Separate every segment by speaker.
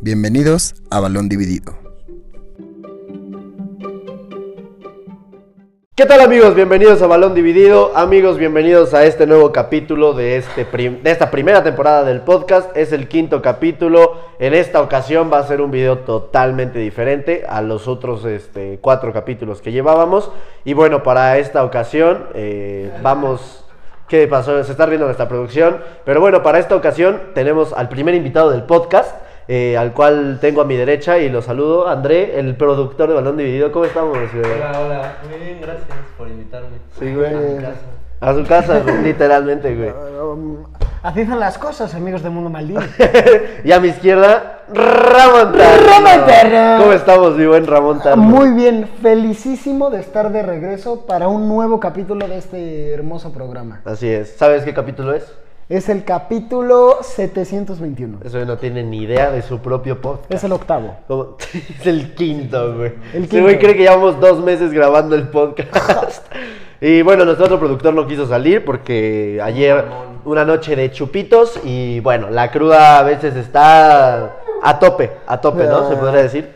Speaker 1: Bienvenidos a Balón Dividido.
Speaker 2: ¿Qué tal amigos? Bienvenidos a Balón Dividido. Amigos, bienvenidos a este nuevo capítulo de, este prim- de esta primera temporada del podcast. Es el quinto capítulo. En esta ocasión va a ser un video totalmente diferente a los otros este, cuatro capítulos que llevábamos. Y bueno, para esta ocasión eh, vamos... ¿Qué pasó? Se está riendo nuestra producción. Pero bueno, para esta ocasión tenemos al primer invitado del podcast, eh, al cual tengo a mi derecha y lo saludo. André, el productor de Balón Dividido. ¿Cómo estamos? güey?
Speaker 3: Hola, hola. Muy bien, gracias por invitarme.
Speaker 2: Sí, güey.
Speaker 3: A mi casa.
Speaker 2: A su casa, güey, literalmente, güey.
Speaker 4: um, Así son las cosas, amigos de Mundo Maldito.
Speaker 2: y a mi izquierda, Ramón Tarno.
Speaker 4: Ramón Tarno.
Speaker 2: ¿Cómo estamos, mi buen Ramón Tarno?
Speaker 4: Muy bien, felicísimo de estar de regreso para un nuevo capítulo de este hermoso programa.
Speaker 2: Así es. ¿Sabes qué capítulo es?
Speaker 4: Es el capítulo 721.
Speaker 2: Eso no tiene ni idea de su propio podcast.
Speaker 4: Es el octavo.
Speaker 2: Como- es el quinto, güey.
Speaker 4: El
Speaker 2: Ese güey
Speaker 4: quinto.
Speaker 2: cree que llevamos dos meses grabando el podcast. y bueno, nuestro otro productor no quiso salir porque ayer una noche de chupitos y bueno, la cruda a veces está a tope, a tope,
Speaker 4: Ah.
Speaker 2: ¿no? Se podría decir.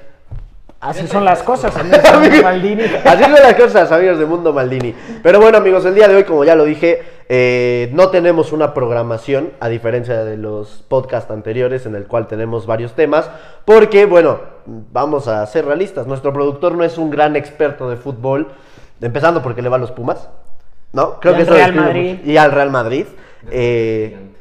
Speaker 4: Así son las cosas, amigos de Mundo Maldini.
Speaker 2: Así son las cosas, amigos de Mundo Maldini. Pero bueno, amigos, el día de hoy, como ya lo dije, eh, no tenemos una programación, a diferencia de los podcasts anteriores, en el cual tenemos varios temas, porque, bueno, vamos a ser realistas. Nuestro productor no es un gran experto de fútbol, empezando porque le va a los Pumas, ¿no?
Speaker 4: Y al
Speaker 2: eso
Speaker 4: Real
Speaker 2: describe
Speaker 4: Madrid.
Speaker 2: mucho. Y al Real Madrid. Eh,
Speaker 3: Gigante.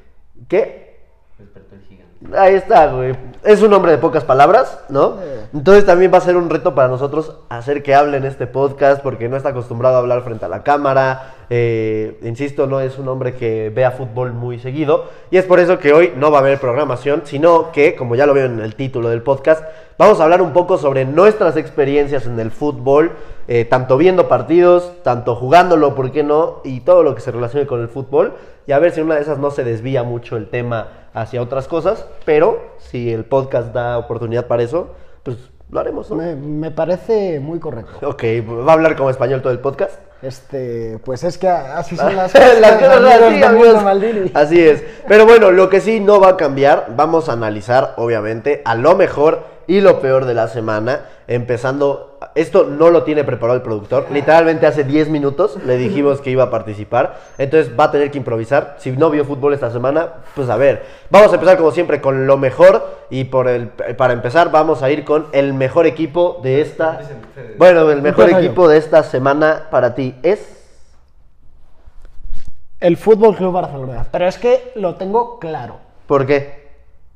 Speaker 2: ¿Qué?
Speaker 3: Despertó el gigante.
Speaker 2: Ahí está, güey. Es un hombre de pocas palabras, ¿no?
Speaker 4: Eh.
Speaker 2: Entonces también va a ser un reto para nosotros hacer que hable en este podcast porque no está acostumbrado a hablar frente a la cámara. Eh, insisto, no es un hombre que vea fútbol muy seguido. Y es por eso que hoy no va a haber programación, sino que, como ya lo veo en el título del podcast, vamos a hablar un poco sobre nuestras experiencias en el fútbol, eh, tanto viendo partidos, tanto jugándolo, ¿por qué no? Y todo lo que se relacione con el fútbol. Y a ver si en una de esas no se desvía mucho el tema hacia otras cosas, pero si el podcast da oportunidad para eso, pues lo haremos. ¿no?
Speaker 4: Me, me parece muy correcto.
Speaker 2: Ok, ¿va a hablar como español todo el podcast?
Speaker 4: Este, pues es que así son las
Speaker 2: Las
Speaker 4: cosas,
Speaker 2: cosas así,
Speaker 4: amigos de Mundo
Speaker 2: amigos.
Speaker 4: Maldini.
Speaker 2: Así es. Pero bueno, lo que sí no va a cambiar, vamos a analizar, obviamente, a lo mejor y lo peor de la semana, empezando... Esto no lo tiene preparado el productor. Literalmente hace 10 minutos le dijimos que iba a participar. Entonces va a tener que improvisar. Si no vio fútbol esta semana, pues a ver. Vamos a empezar como siempre con lo mejor. Y por el, para empezar vamos a ir con el mejor equipo de esta... Bueno, el mejor
Speaker 4: Empieza yo.
Speaker 2: equipo de esta semana para ti es...
Speaker 4: El Fútbol Club Barcelona. Pero es que lo tengo claro.
Speaker 2: ¿Por qué?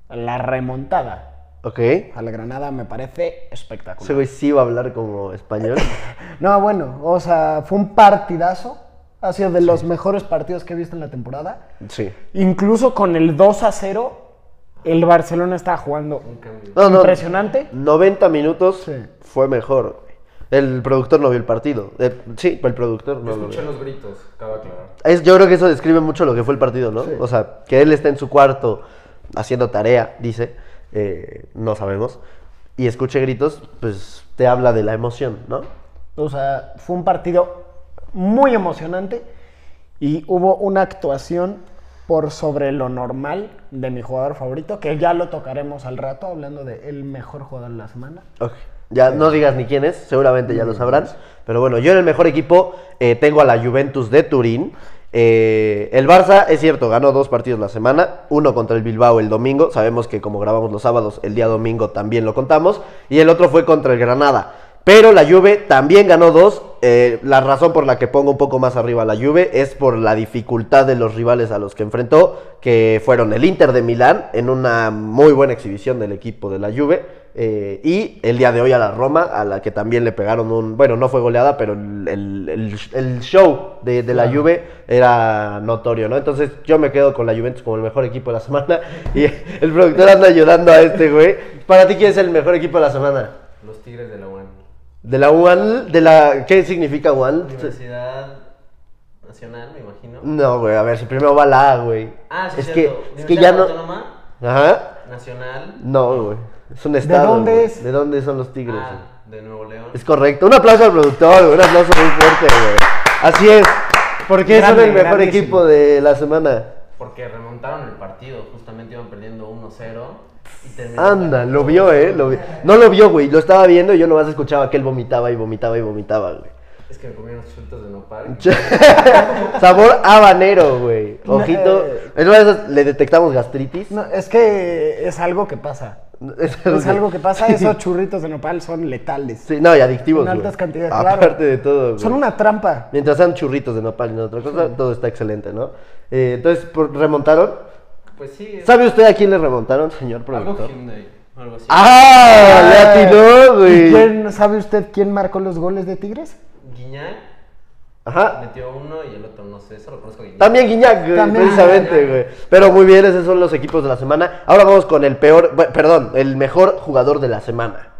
Speaker 4: La remontada
Speaker 2: Ok.
Speaker 4: a la Granada me parece espectacular.
Speaker 2: Ese güey sí va a hablar como español.
Speaker 4: No, bueno, o sea, fue un partidazo. Ha sido de los mejores partidos que he visto en la temporada.
Speaker 2: Sí.
Speaker 4: Incluso con el 2 a 0, el Barcelona estaba jugando
Speaker 2: No, no.
Speaker 4: impresionante.
Speaker 2: 90 minutos
Speaker 4: Sí.
Speaker 2: fue mejor. güey. El productor no vio el partido. Eh, sí, el productor no lo
Speaker 3: Escuché
Speaker 2: vio.
Speaker 3: los gritos, acaba de aclarar.
Speaker 2: Es, yo creo que eso describe mucho lo que fue el partido, ¿no? O sea, que él está en su cuarto haciendo tarea, dice, eh, no sabemos, y escuche gritos, pues te habla de la emoción, ¿no?
Speaker 4: O sea, fue un partido muy emocionante y hubo una actuación por sobre lo normal de mi jugador favorito, que ya lo tocaremos al rato hablando de el mejor jugador de la semana.
Speaker 2: Ok. Ya no digas ni quién es, seguramente ya lo sabrán. Pero bueno, yo en el mejor equipo eh, tengo a la Juventus de Turín. Eh, el Barça, es cierto, ganó dos partidos la semana, uno contra el Bilbao el domingo, sabemos que como grabamos los sábados, el día domingo también lo contamos, y el otro fue contra el Granada. Pero la Juve también ganó dos, eh, la razón por la que pongo un poco más arriba a la Juve es por la dificultad de los rivales a los que enfrentó, que fueron el Inter de Milán en una muy buena exhibición del equipo de la Juve eh, y el día de hoy a la Roma, a la que también le pegaron un, bueno, no fue goleada, pero el, el- el- el show de, de la Juve era notorio, ¿no? Entonces yo me quedo con la Juventus como el mejor equipo de la semana y el productor anda ayudando a este güey. Para ti, ¿quién es el mejor equipo de la semana?
Speaker 3: Los Tigres de la UAN.
Speaker 2: De la UAN, de la, ¿qué significa UAN?
Speaker 3: Universidad Nacional, me imagino.
Speaker 2: No, güey, a ver, si primero va la A, güey.
Speaker 3: Ah, sí,
Speaker 2: Mm. es
Speaker 3: cierto.
Speaker 2: que, es que ya
Speaker 3: Universidad
Speaker 2: no...
Speaker 3: Autónoma
Speaker 2: Ajá.
Speaker 3: Nacional.
Speaker 2: No, güey. Es un estado.
Speaker 4: dónde
Speaker 2: güey.
Speaker 4: es?
Speaker 2: ¿De dónde son los tigres? güey?
Speaker 3: Ah, de Nuevo León.
Speaker 2: Es correcto. Un aplauso al productor, un aplauso muy fuerte, güey. Así es. Porque son
Speaker 4: Grande,
Speaker 2: el mejor
Speaker 4: grandísimo.
Speaker 2: equipo de la semana.
Speaker 3: Porque remontaron el partido. Justamente iban perdiendo 1-0. Y terminó.
Speaker 2: Anda, lo vio, eh. lo vi- No lo vio, güey. Lo estaba viendo y yo nomás escuchaba que él vomitaba y vomitaba y vomitaba, güey.
Speaker 3: Es que me comí unos chultos de nopal.
Speaker 2: Sabor habanero, güey.
Speaker 4: No,
Speaker 2: Ojito.
Speaker 4: eh.
Speaker 2: En una de esas le detectamos gastritis.
Speaker 4: No, es que es algo que pasa.
Speaker 2: Es
Speaker 4: Es algo que pasa. Esos churritos de nopal son letales.
Speaker 2: Sí, no, y adictivos.
Speaker 4: En
Speaker 2: güey.
Speaker 4: altas cantidades, claro.
Speaker 2: Aparte de todo, güey.
Speaker 4: Son una trampa.
Speaker 2: Mientras sean churritos de nopal y no otra cosa, todo está excelente, ¿no? Eh, entonces, por- ¿remontaron?
Speaker 3: Pues sí. es
Speaker 2: ¿Sabe usted a quién le remontaron, señor
Speaker 3: Algo
Speaker 2: productor?
Speaker 3: Hyundai. o Algo así.
Speaker 2: ¡Ah! ¡Le atinó,
Speaker 4: ¿Y
Speaker 2: güey!
Speaker 4: quién- sabe usted quién marcó los goles de Tigres?
Speaker 3: Guiñac
Speaker 2: Ajá.
Speaker 3: metió uno y el otro no sé. Solo conozco a Guiñac.
Speaker 2: También Guiñac, güey,
Speaker 4: También
Speaker 2: precisamente,
Speaker 3: Guiñac.
Speaker 2: güey. Pero muy bien, esos son los equipos de la semana. Ahora vamos con el peor, bu- perdón, el mejor jugador de la semana.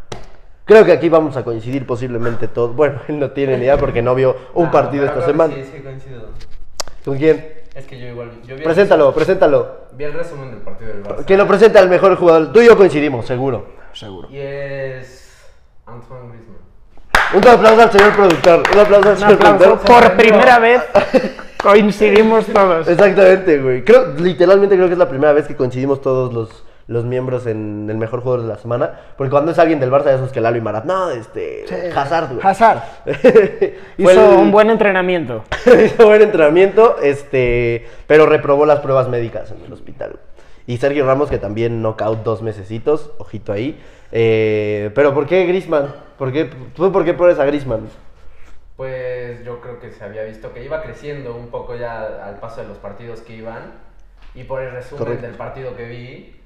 Speaker 2: Creo que aquí vamos a coincidir posiblemente todos. Bueno, él no tiene ni idea porque no vio un
Speaker 3: Ah,
Speaker 2: partido
Speaker 3: pero
Speaker 2: esta
Speaker 3: creo
Speaker 2: semana.
Speaker 3: que Sí, sí, coincido.
Speaker 2: ¿Con quién?
Speaker 3: Es que yo igual. Yo vi el-
Speaker 2: Preséntalo, preséntalo.
Speaker 3: Vi el resumen del partido del Barça.
Speaker 2: Que lo presente al mejor jugador. Tú y yo coincidimos, seguro.
Speaker 4: Seguro.
Speaker 3: Y es. Antoine Griezmann.
Speaker 2: Un aplauso al señor productor. Un aplauso al
Speaker 4: Un
Speaker 2: señor
Speaker 4: aplauso.
Speaker 2: productor.
Speaker 4: Por primera vez coincidimos todos.
Speaker 2: Exactamente, güey. Creo, literalmente creo que es la primera vez que coincidimos todos los, los miembros en el mejor jugador de la semana. Porque cuando es alguien del Barça, de esos que Lalo y Marat. No, este. Hazard, güey.
Speaker 4: Hazard
Speaker 2: Fue
Speaker 4: hizo
Speaker 2: el-
Speaker 4: un buen entrenamiento.
Speaker 2: hizo buen entrenamiento, este, pero reprobó las pruebas médicas en el hospital. güey. Y Sergio Ramos, que también knockout dos mesecitos, ojito ahí. Eh, pero ¿por qué Grisman? ¿Por qué, ¿Tú por qué pones a Grisman?
Speaker 3: Pues yo creo que se había visto que iba creciendo un poco ya al paso de los partidos que iban. Y por el resumen
Speaker 2: Correcto.
Speaker 3: del partido que vi,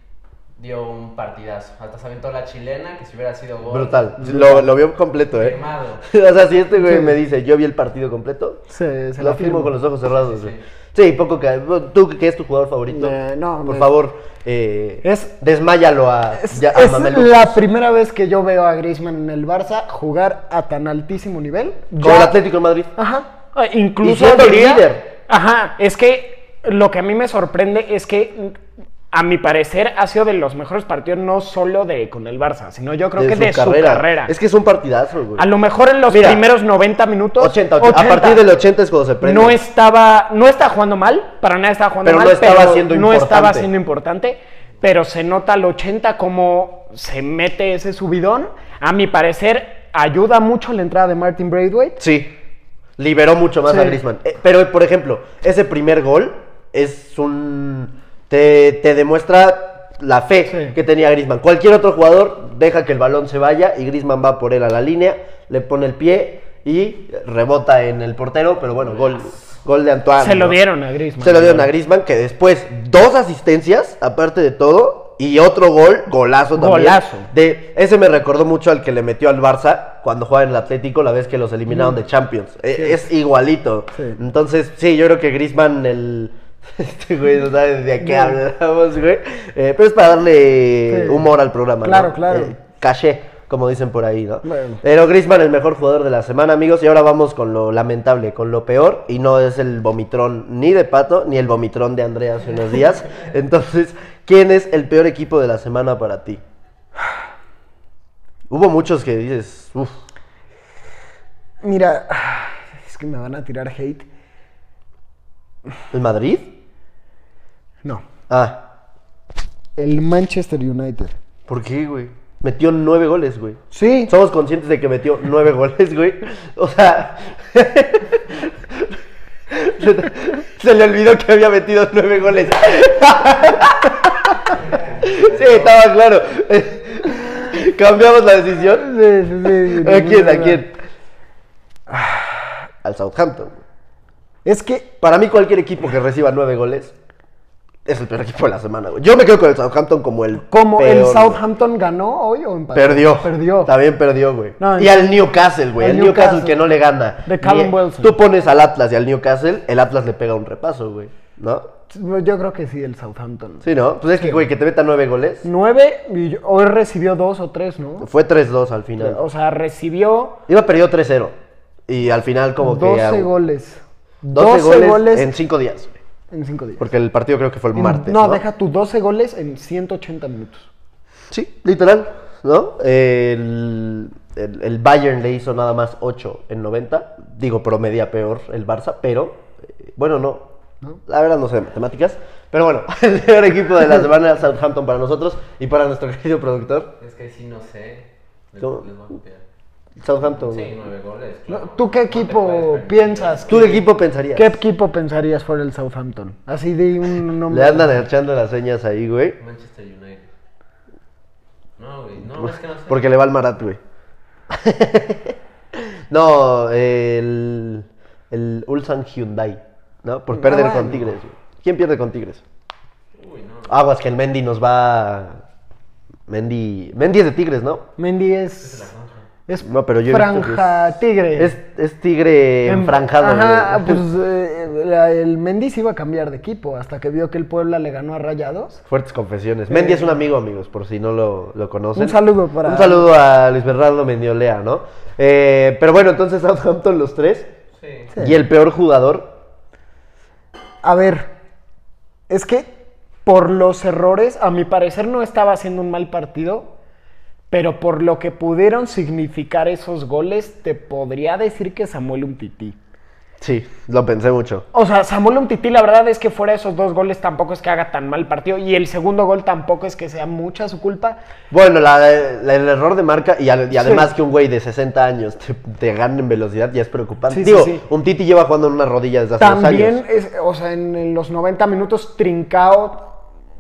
Speaker 3: dio un partidazo. Hasta se aventó la chilena, que si hubiera sido gol.
Speaker 2: Brutal. Lo, lo vio completo, ¿eh?
Speaker 3: Firmado.
Speaker 2: o sea, si este güey me dice, yo vi el partido completo, eh,
Speaker 4: Se, se
Speaker 2: lo
Speaker 4: la
Speaker 2: firmo
Speaker 4: firmo.
Speaker 2: con los ojos cerrados.
Speaker 3: Sí, sí,
Speaker 2: güey. Sí, poco que... ¿Tú que es tu jugador favorito?
Speaker 4: Eh, no,
Speaker 2: Por
Speaker 4: me-
Speaker 2: favor, eh,
Speaker 4: Es-
Speaker 2: desmáyalo a,
Speaker 4: Es,
Speaker 2: ya- a
Speaker 4: es
Speaker 2: Mamelu.
Speaker 4: la primera vez que yo veo a Griezmann en el Barça jugar a tan altísimo nivel.
Speaker 2: Con
Speaker 4: Ya-
Speaker 2: el Atlético de Madrid.
Speaker 4: Ajá. Ah, Incluso
Speaker 2: Y siendo
Speaker 4: diría-
Speaker 2: líder.
Speaker 5: Ajá, es que lo que a mí me sorprende es que, a mi parecer, ha sido de los mejores partidos no solo de con el Barça, sino yo creo que de su carrera.
Speaker 2: Es que es un partidazo, güey.
Speaker 5: A lo mejor en los
Speaker 2: Mira,
Speaker 5: primeros 90 minutos.
Speaker 2: 80, A partir del 80 es cuando se prende.
Speaker 5: No estaba, no está jugando mal, para nada estaba jugando
Speaker 2: Pero
Speaker 5: mal,
Speaker 2: no estaba siendo
Speaker 5: no estaba
Speaker 2: importante.
Speaker 5: siendo importante, pero se nota al 80 como se mete ese subidón. A mi parecer, ayuda mucho la entrada de Martin Braithwaite.
Speaker 2: Sí. Liberó mucho más
Speaker 4: Sí.
Speaker 2: a Griezmann. Eh, pero, por ejemplo, ese primer gol es un... Te, te demuestra la fe
Speaker 4: Sí.
Speaker 2: que tenía Griezmann. Cualquier otro jugador deja que el balón se vaya y Griezmann va por él a la línea, le pone el pie y rebota en el portero, pero bueno, gol, gol de Antoine.
Speaker 5: Se lo
Speaker 2: Ah, ¿no?
Speaker 5: dieron a Griezmann.
Speaker 2: Se lo dieron a Griezmann, que después dos asistencias, aparte de todo, y otro gol, golazo también.
Speaker 5: Golazo.
Speaker 2: De, ese me recordó mucho al que le metió al Barça cuando jugaba en el Atlético la vez que los eliminaron de Champions. E- Es igualito.
Speaker 4: Sí.
Speaker 2: Entonces, sí, yo creo que Griezmann, el... Este güey no sabe de qué hablamos, güey. Eh, pero es para darle
Speaker 4: Sí.
Speaker 2: humor al programa,
Speaker 4: Claro,
Speaker 2: ¿no?
Speaker 4: claro.
Speaker 2: Eh, caché, como dicen por ahí, ¿no?
Speaker 4: Bueno.
Speaker 2: Pero Griezmann, el mejor jugador de la semana, amigos. Y ahora vamos con lo lamentable, con lo peor. Y no es el vomitrón ni de Pato, ni el vomitrón de Andrea hace unos días. Entonces, ¿quién es el peor equipo de la semana para ti? Hubo muchos que dices, uff,
Speaker 4: Mira, es que me van a tirar hate.
Speaker 2: ¿el Madrid?
Speaker 4: No.
Speaker 2: Ah,
Speaker 4: El Manchester United.
Speaker 2: ¿por qué, güey? Metió nueve goles, güey.
Speaker 4: Sí.
Speaker 2: Somos conscientes de que metió nueve goles, güey. O sea. Se le olvidó que había metido nueve goles. Sí, estaba claro. Cambiamos la decisión.
Speaker 4: Sí, sí, sí, sí,
Speaker 2: ¿A quién? ¿A
Speaker 4: ninguna
Speaker 2: quién? Al Southampton.
Speaker 4: Es que
Speaker 2: Para mí, cualquier equipo que reciba nueve goles es el peor equipo de la semana, güey. Yo me quedo con el Southampton como el.
Speaker 4: como el
Speaker 2: peor, güey.
Speaker 4: Southampton ganó hoy o empató.
Speaker 2: Perdió.
Speaker 4: Perdió.
Speaker 2: También perdió, güey.
Speaker 4: No,
Speaker 2: y
Speaker 4: no.
Speaker 2: al Newcastle, güey.
Speaker 4: Al
Speaker 2: El Newcastle,
Speaker 4: Newcastle.
Speaker 2: que no le gana.
Speaker 4: De Callum
Speaker 2: Ni-
Speaker 4: Wilson.
Speaker 2: Tú pones al Atlas y al Newcastle, el Atlas le pega un repaso, güey. ¿No?
Speaker 4: pues, Yo creo que sí, el Southampton.
Speaker 2: Sí, ¿no? Pues es que, güey, que te meta nueve goles.
Speaker 4: Nueve y yo- hoy recibió dos o tres, ¿no?
Speaker 2: Fue 3-2 al final.
Speaker 5: O sea, recibió
Speaker 2: Iba perdido 3-0. Y al final como que...
Speaker 4: 12
Speaker 2: ah,
Speaker 4: goles.
Speaker 2: 12 goles, en
Speaker 4: en,
Speaker 2: 5 días. güey.
Speaker 4: cinco días.
Speaker 2: Porque el partido creo que fue el
Speaker 4: En-
Speaker 2: martes.
Speaker 4: no,
Speaker 2: No,
Speaker 4: deja tu 12 goles en 180 minutos.
Speaker 2: Sí, literal, ¿no? El, el- el Bayern le hizo nada más 8 en 90. Digo, promedia peor el Barça, pero. eh, Bueno, no. La verdad no sé de matemáticas. Pero bueno, el peor equipo de la semana Southampton para nosotros y para nuestro querido productor.
Speaker 3: Es que ahí sí no sé. Les, les
Speaker 2: ¿Cómo?
Speaker 3: voy a copiar.
Speaker 2: Southampton.
Speaker 3: Sí, nueve goles. claro.
Speaker 4: No, ¿Tú qué
Speaker 3: No te puedes
Speaker 4: equipo
Speaker 3: permitir.
Speaker 4: piensas?
Speaker 2: ¿Tú de equipo pensarías?
Speaker 4: ¿Qué equipo pensarías fuera el Southampton? Así de un nombre.
Speaker 2: Le andan echando las señas ahí, güey.
Speaker 3: Manchester United. No, güey. No, es que no sé.
Speaker 2: Porque le va al Marat, güey. no, el, el Ulsan Hyundai, ¿no? Por perder
Speaker 4: Ah, bueno.
Speaker 2: con Tigres. güey. ¿Quién pierde con Tigres?
Speaker 3: Uy, no.
Speaker 2: Aguas que el Mendy nos va... Mendy... Mendy es de Tigres, ¿no?
Speaker 4: Mendy es. Es
Speaker 2: No, pero yo he visto que
Speaker 4: franja tigre.
Speaker 2: Es, es Tigre
Speaker 4: En-
Speaker 2: enfranjado.
Speaker 4: Ajá,
Speaker 2: güey.
Speaker 4: pues eh, la- el Mendy se iba a cambiar de equipo hasta que vio que el Puebla le ganó a Rayados.
Speaker 2: Fuertes confesiones. Mendy es un amigo, amigos, por si no lo, lo conocen.
Speaker 4: eh, Un saludo para-
Speaker 2: Un saludo a Luis Bernardo Mendiolea, ¿no? Eh, pero bueno, entonces Southampton los tres.
Speaker 3: Sí.
Speaker 2: Y el peor jugador.
Speaker 4: A ver, es que por los errores, a mi parecer no estaba haciendo un mal partido, pero por lo que pudieron significar esos goles, te podría decir que Samuel Umtiti.
Speaker 2: Sí, lo pensé mucho.
Speaker 5: O sea, Samuel Umtiti, la verdad es que fuera de esos dos goles tampoco es que haga tan mal partido. Y el segundo gol tampoco es que sea mucha su culpa.
Speaker 2: Bueno, la- la- el error de marca y, al- y además que un güey de 60 años te, te gane en velocidad ya es preocupante.
Speaker 4: Sí, sí,
Speaker 2: Digo,
Speaker 4: sí.
Speaker 2: un Titi lleva jugando en una rodilla desde hace dos
Speaker 4: También,
Speaker 2: años.
Speaker 4: es- o sea, en los 90 minutos, Trincao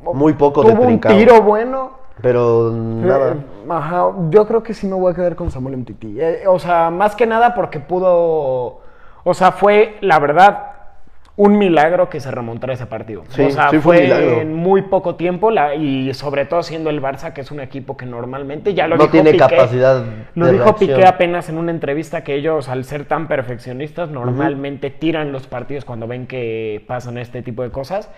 Speaker 4: o-
Speaker 2: Muy poco
Speaker 4: tuvo
Speaker 2: de
Speaker 4: un
Speaker 2: Trincao.
Speaker 4: tiro bueno.
Speaker 2: Pero nada.
Speaker 4: Eh, ajá, yo creo que sí me voy a quedar con Samuel Mtiti. Eh, o sea, más que nada porque pudo. O sea, fue, la verdad, un milagro que se remontara ese partido.
Speaker 2: Sí,
Speaker 5: o sea,
Speaker 2: sí, fue un
Speaker 5: fue,
Speaker 2: milagro.
Speaker 5: en muy poco tiempo la- y sobre todo siendo el Barça, que es un equipo que normalmente ya lo
Speaker 2: no
Speaker 5: dijo
Speaker 2: tiene
Speaker 5: Piqué,
Speaker 2: capacidad.
Speaker 5: Lo
Speaker 2: de
Speaker 5: dijo
Speaker 2: reacción.
Speaker 5: Piqué apenas en una entrevista que ellos, al ser tan perfeccionistas, normalmente tiran los partidos cuando ven que pasan este tipo de cosas.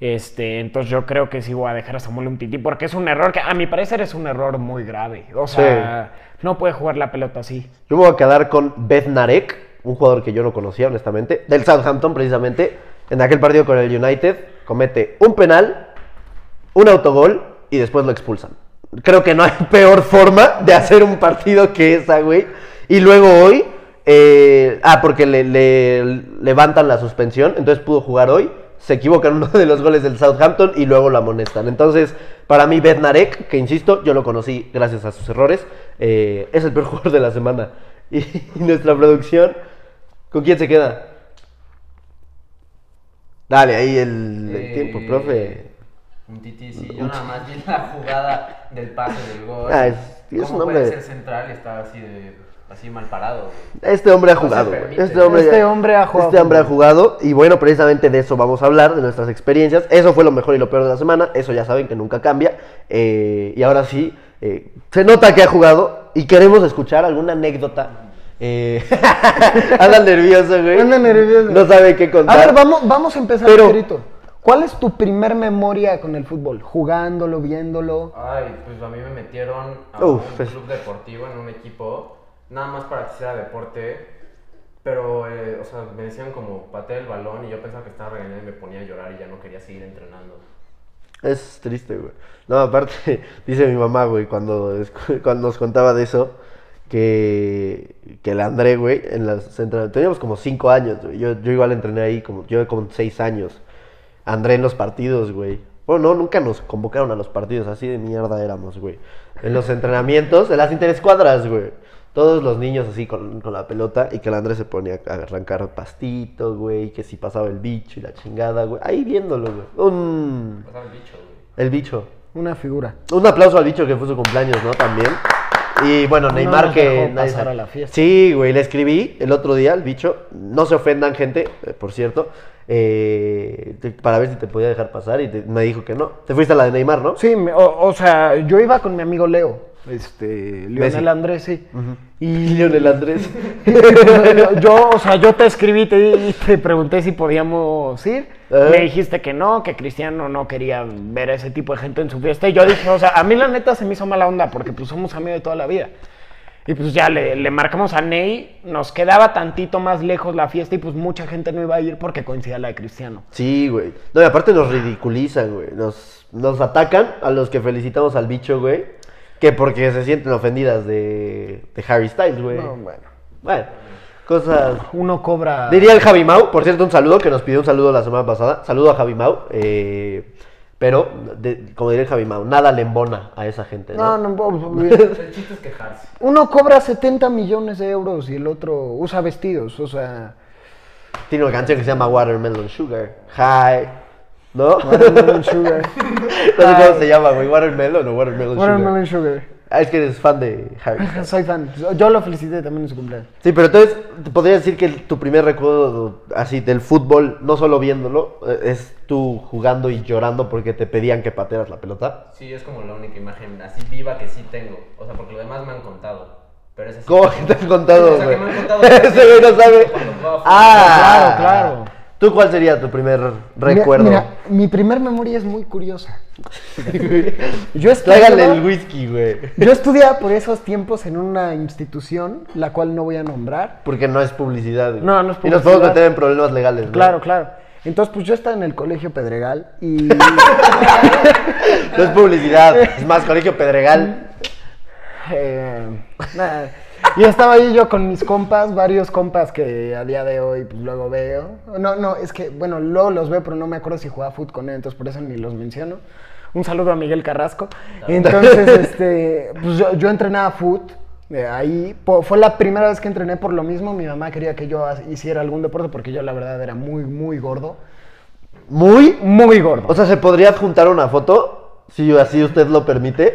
Speaker 5: Este, entonces yo creo que sí voy a dejar a Samuel Umtiti porque es un error que a mi parecer es un error muy grave. O sea, no puede jugar la pelota así.
Speaker 2: Yo me voy a quedar con Bednarek, un jugador que yo no conocía, honestamente, del Southampton, precisamente. En aquel partido con el United, comete un penal, un autogol y después lo expulsan. Creo que no hay peor forma de hacer un partido que esa, güey. Y luego hoy, eh, ah, porque le, le levantan la suspensión, entonces pudo jugar hoy. Se equivocan uno de los goles del Southampton y luego lo amonestan. Entonces, para mí, Bednarek, que insisto, yo lo conocí gracias a sus errores, eh, es el peor jugador de la semana. Y, nuestra producción, ¿con quién se queda? Dale, ahí el, el
Speaker 3: Eh,
Speaker 2: tiempo, profe.
Speaker 3: Un titi, sí, yo nada más vi la jugada del pase del gol.
Speaker 2: Ah, es- es
Speaker 3: ¿Cómo
Speaker 2: un hombre-
Speaker 3: puede ser central y estaba así de así mal parado? güey?
Speaker 2: Este hombre ha
Speaker 3: No se
Speaker 2: jugado. güey.
Speaker 3: permite.
Speaker 2: Este hombre,
Speaker 4: Este hombre ha jugado
Speaker 2: Este hombre ha jugado. Y bueno, precisamente de eso vamos a hablar, de nuestras experiencias. Eso fue lo mejor y lo peor de la semana. Eso ya saben que nunca cambia. Eh, y ahora sí, eh, se nota que ha jugado y queremos escuchar alguna anécdota. Eh, anda nervioso, güey.
Speaker 4: Anda nervioso.
Speaker 2: No sabe qué
Speaker 4: A
Speaker 2: contar.
Speaker 4: ver, vamos, vamos a empezar,
Speaker 2: Pero-
Speaker 4: Pedrito. ¿Cuál es tu primer memoria con el fútbol? ¿Jugándolo, viéndolo?
Speaker 3: Ay, pues a mí me metieron a
Speaker 2: Uf,
Speaker 3: un
Speaker 2: pues.
Speaker 3: club deportivo, en un equipo, nada más para que hiciera deporte. Pero, eh, o sea, me decían como patear el balón y yo pensaba que estaba regañando y me ponía a llorar y ya no quería seguir entrenando.
Speaker 2: Es triste, güey. No, aparte, dice mi mamá, güey, cuando, escu- cuando nos contaba de eso, que, que el André, güey, en las entradas, teníamos como cinco años, güey. Yo, yo igual entrené ahí, como, yo con seis años. André en los partidos, güey. Bueno, no, nunca nos convocaron a los partidos, así de mierda éramos, güey. En los entrenamientos, en las interescuadras, güey. Todos los niños así con, con la pelota y que el André se ponía a arrancar pastitos, güey, que si pasaba el bicho y la chingada, güey. Ahí viéndolo, güey. Un...
Speaker 3: Pasaba el bicho, güey.
Speaker 2: El bicho.
Speaker 4: Una figura.
Speaker 2: Un aplauso al bicho que fue su cumpleaños, ¿no? También. Y bueno, Neymar
Speaker 4: nos
Speaker 2: que
Speaker 4: dejó
Speaker 2: nadie
Speaker 4: pasar
Speaker 2: sabe.
Speaker 4: a la fiesta.
Speaker 2: Sí, güey, le escribí el otro día al bicho. No se ofendan, gente, eh, por cierto. eh, te- para ver si te podía dejar pasar y te- me dijo que no. Te fuiste a la de Neymar, ¿no?
Speaker 4: Sí, me- o, o sea, yo iba con mi amigo Leo. Este, Lionel
Speaker 2: Messi.
Speaker 4: Andrés, sí.
Speaker 2: Y Lionel Andrés.
Speaker 5: yo, o sea, yo te escribí te, y te pregunté si podíamos ir.
Speaker 2: Ajá.
Speaker 5: Me dijiste que no, que Cristiano no quería ver a ese tipo de gente en su fiesta. Y yo dije, o sea, a mí la neta se me hizo mala onda porque pues somos amigos de toda la vida. Y pues ya le, le marcamos a Ney, nos quedaba tantito más lejos la fiesta y pues mucha gente no iba a ir porque coincidía la de Cristiano.
Speaker 2: Sí, güey. No, y aparte nos ridiculizan, güey. Nos, nos atacan a los que felicitamos al bicho, güey. Que porque se sienten ofendidas de, de Harry Styles, güey.
Speaker 4: No, bueno.
Speaker 2: Bueno, cosas.
Speaker 4: Uno cobra.
Speaker 2: Diría el Javi Mau, por cierto, un saludo que nos pidió un saludo la semana pasada. Saludo a Javi Mau. eh, pero, de- como diría el Javi Mau, nada le embona a esa gente.
Speaker 4: No,
Speaker 2: No,
Speaker 4: no,
Speaker 5: pues,
Speaker 4: no.
Speaker 3: El chiste es quejarse.
Speaker 4: Uno cobra 70 millones de euros y el otro usa vestidos, o sea.
Speaker 2: Tiene una canción que se llama Watermelon Sugar. Hi. ¿No?
Speaker 4: Watermelon Sugar.
Speaker 2: no sé cómo se llama, güey. Watermelon o Watermelon, Sugar.
Speaker 4: Watermelon Sugar.
Speaker 2: Ah, es que eres fan de Harry.
Speaker 4: Soy fan. Yo lo felicité también en su cumpleaños.
Speaker 2: Sí, pero entonces, ¿te podría decir que el- tu primer recuerdo así del fútbol, no solo viéndolo, eh, es tú jugando y llorando porque te pedían que patearas la pelota?
Speaker 3: Sí, es como la única imagen así viva que sí tengo. O sea, porque lo demás me han contado. Pero es así.
Speaker 2: ¿Cómo que te han
Speaker 3: Sí,
Speaker 2: contado,
Speaker 3: o sea, que
Speaker 2: güey?
Speaker 3: me han contado.
Speaker 2: Ese güey no sabe.
Speaker 3: Cuando jugaba fútbol.
Speaker 2: Ah,
Speaker 4: Claro, claro.
Speaker 2: ¿Tú cuál sería tu primer
Speaker 4: Mira-
Speaker 2: recuerdo?
Speaker 4: Mira, mi primer memoria es muy curiosa. Yo
Speaker 2: Tráigale
Speaker 4: estudiaba-
Speaker 2: el whisky, güey.
Speaker 4: Yo estudiaba por esos tiempos en una institución, la cual no voy a nombrar.
Speaker 2: Porque no es publicidad. güey.
Speaker 4: No, no es
Speaker 2: Y nos podemos
Speaker 4: publicidad.
Speaker 2: meter en problemas legales, ¿no?
Speaker 4: Claro, claro. Entonces, pues yo estaba en el colegio Pedregal y.
Speaker 2: No es publicidad. Es más, Colegio Pedregal.
Speaker 4: Eh, nah. Y estaba ahí yo con mis compas, varios compas que a día de hoy pues, luego veo. No, no, es que, bueno, luego los veo, pero no me acuerdo si jugaba fútbol con él, entonces por eso ni los menciono. Un saludo a Miguel Carrasco. Entonces, este, pues yo, yo entrenaba fútbol. ahí po- fue la primera vez que entrené por lo mismo. Mi mamá quería que yo ha- hiciera algún deporte porque yo la verdad era muy, muy gordo.
Speaker 2: Muy.
Speaker 4: Muy gordo.
Speaker 2: O sea, ¿se podría adjuntar una foto? Si así usted lo permite.